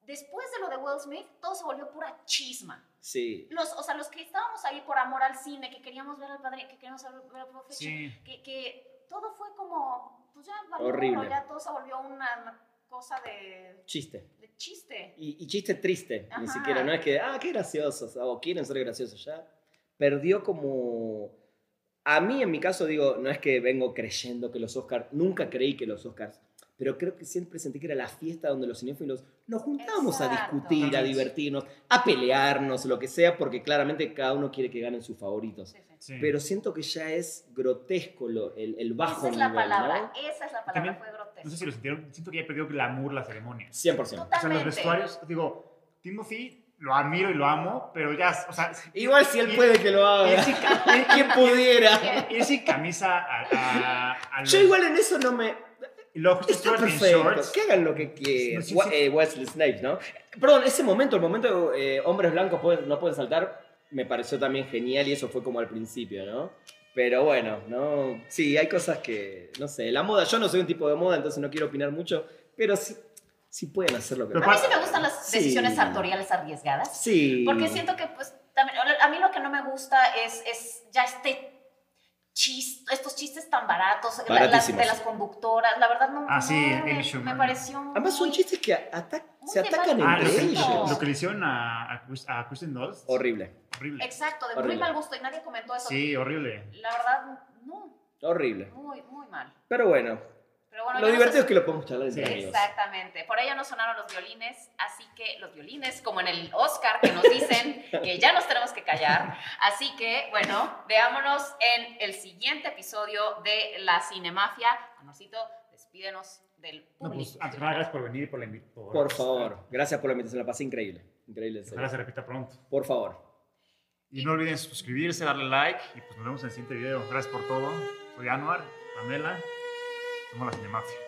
[SPEAKER 1] después de lo de Will Smith, todo se volvió pura chisma.
[SPEAKER 3] Sí.
[SPEAKER 1] Los, o sea, los que estábamos ahí por amor al cine, que queríamos ver al padre, que queríamos ver al profe,
[SPEAKER 2] Sí.
[SPEAKER 1] que, que todo fue como, pues ya, valió,
[SPEAKER 3] Horrible.
[SPEAKER 1] ¿no? ya todo se volvió una, una cosa de,
[SPEAKER 3] Chiste.
[SPEAKER 1] de chiste.
[SPEAKER 3] Y, y chiste triste, ni
[SPEAKER 1] Ajá.
[SPEAKER 3] siquiera. No es que, ah, qué graciosos, o quieren ser graciosos ya. Perdió como... A mí, en mi caso, digo, no es que vengo creyendo que los Oscars, nunca creí que los Oscars, pero creo que siempre sentí que era la fiesta donde los cinéfilos nos juntábamos a
[SPEAKER 1] Exacto.
[SPEAKER 3] discutir, a divertirnos, a pelearnos, lo que sea, porque claramente cada uno quiere que ganen sus favoritos.
[SPEAKER 1] Sí, sí.
[SPEAKER 2] Sí.
[SPEAKER 3] Pero siento que ya es grotesco lo- el, el bajo
[SPEAKER 1] Esa es la
[SPEAKER 3] nivel,
[SPEAKER 1] palabra,
[SPEAKER 3] ¿no?
[SPEAKER 1] esa es la palabra,
[SPEAKER 2] También,
[SPEAKER 1] fue grotesco.
[SPEAKER 2] No sé si lo sintieron. Siento que ya perdió glamour la ceremonia.
[SPEAKER 3] 100%.
[SPEAKER 2] O sea, los
[SPEAKER 1] Totalmente.
[SPEAKER 2] vestuarios, digo, Timothy lo admiro y lo amo, pero ya, o sea,
[SPEAKER 3] Igual si él
[SPEAKER 2] Y-
[SPEAKER 3] puede que lo
[SPEAKER 2] ir
[SPEAKER 3] haga.
[SPEAKER 2] sin, ca-
[SPEAKER 3] Es quien pudiera.
[SPEAKER 2] ir sin camisa a, a, a los,
[SPEAKER 3] Yo igual en eso no me...
[SPEAKER 2] y luego justo
[SPEAKER 3] Está
[SPEAKER 2] Stewart en
[SPEAKER 3] perfecto.
[SPEAKER 2] shorts.
[SPEAKER 3] Que hagan lo que
[SPEAKER 2] No,
[SPEAKER 3] quieran.
[SPEAKER 2] sí,
[SPEAKER 3] Wa-
[SPEAKER 2] sí.
[SPEAKER 3] eh, Wesley Snipes, ¿no? Perdón, ese momento, el momento eh, hombres blancos pueden- no pueden saltar, me pareció también genial y eso fue como al principio, ¿no? Pero bueno, no, sí, hay cosas que, no sé, la moda, yo no soy un tipo de moda, entonces no quiero opinar mucho, pero sí, sí pueden hacer lo que
[SPEAKER 2] Pero
[SPEAKER 1] A mí sí me gustan las
[SPEAKER 3] Sí.
[SPEAKER 1] decisiones sartoriales arriesgadas.
[SPEAKER 3] Sí.
[SPEAKER 1] Porque siento que, pues, también, a mí lo que no me gusta es, es ya este chis- estos chistes tan baratos la- las,
[SPEAKER 3] Baratísimos.
[SPEAKER 1] de las conductoras. La verdad, no,
[SPEAKER 2] Ah, sí,
[SPEAKER 1] no,
[SPEAKER 2] Amy
[SPEAKER 1] me, me
[SPEAKER 2] Schumer.
[SPEAKER 1] pareció
[SPEAKER 3] Además son
[SPEAKER 1] muy-
[SPEAKER 3] chistes que ata-
[SPEAKER 1] Muy
[SPEAKER 3] se atacan
[SPEAKER 1] temático.
[SPEAKER 2] Ah, lo
[SPEAKER 3] entre
[SPEAKER 2] que,
[SPEAKER 1] ellos.
[SPEAKER 2] lo que le hicieron a, a, Chris- a Kristen Dunst.
[SPEAKER 3] Horrible,
[SPEAKER 2] Horrible.
[SPEAKER 1] Exacto, de
[SPEAKER 3] Horrible.
[SPEAKER 1] muy mal gusto y nadie comentó eso.
[SPEAKER 2] Sí, horrible.
[SPEAKER 1] La verdad, no,
[SPEAKER 3] horrible.
[SPEAKER 1] muy, muy mal.
[SPEAKER 3] Pero bueno,
[SPEAKER 1] Pero bueno,
[SPEAKER 3] lo
[SPEAKER 1] yo no sé
[SPEAKER 3] divertido es que lo podemos charlar
[SPEAKER 2] Sí.
[SPEAKER 3] entre amigos.
[SPEAKER 1] Exactamente, por ella no sonaron los violines, así que los violines, como en el Oscar, que nos dicen que ya nos tenemos que callar. Así que, bueno, veámonos en el siguiente episodio de La Cinemafia. Amorcito, despídenos del
[SPEAKER 2] No,
[SPEAKER 1] público.
[SPEAKER 2] pues, antes de nada, gracias por venir y por la invitación.
[SPEAKER 3] Por favor, gracias por la invitación, la pasé increíble. Increíble, en serio.
[SPEAKER 2] Ojalá se repita pronto.
[SPEAKER 3] Por favor.
[SPEAKER 2] Y no olviden suscribirse, darle like y pues nos vemos en el siguiente video. Gracias por todo. Soy Anuar, Pamela. Somos la Cinemafia.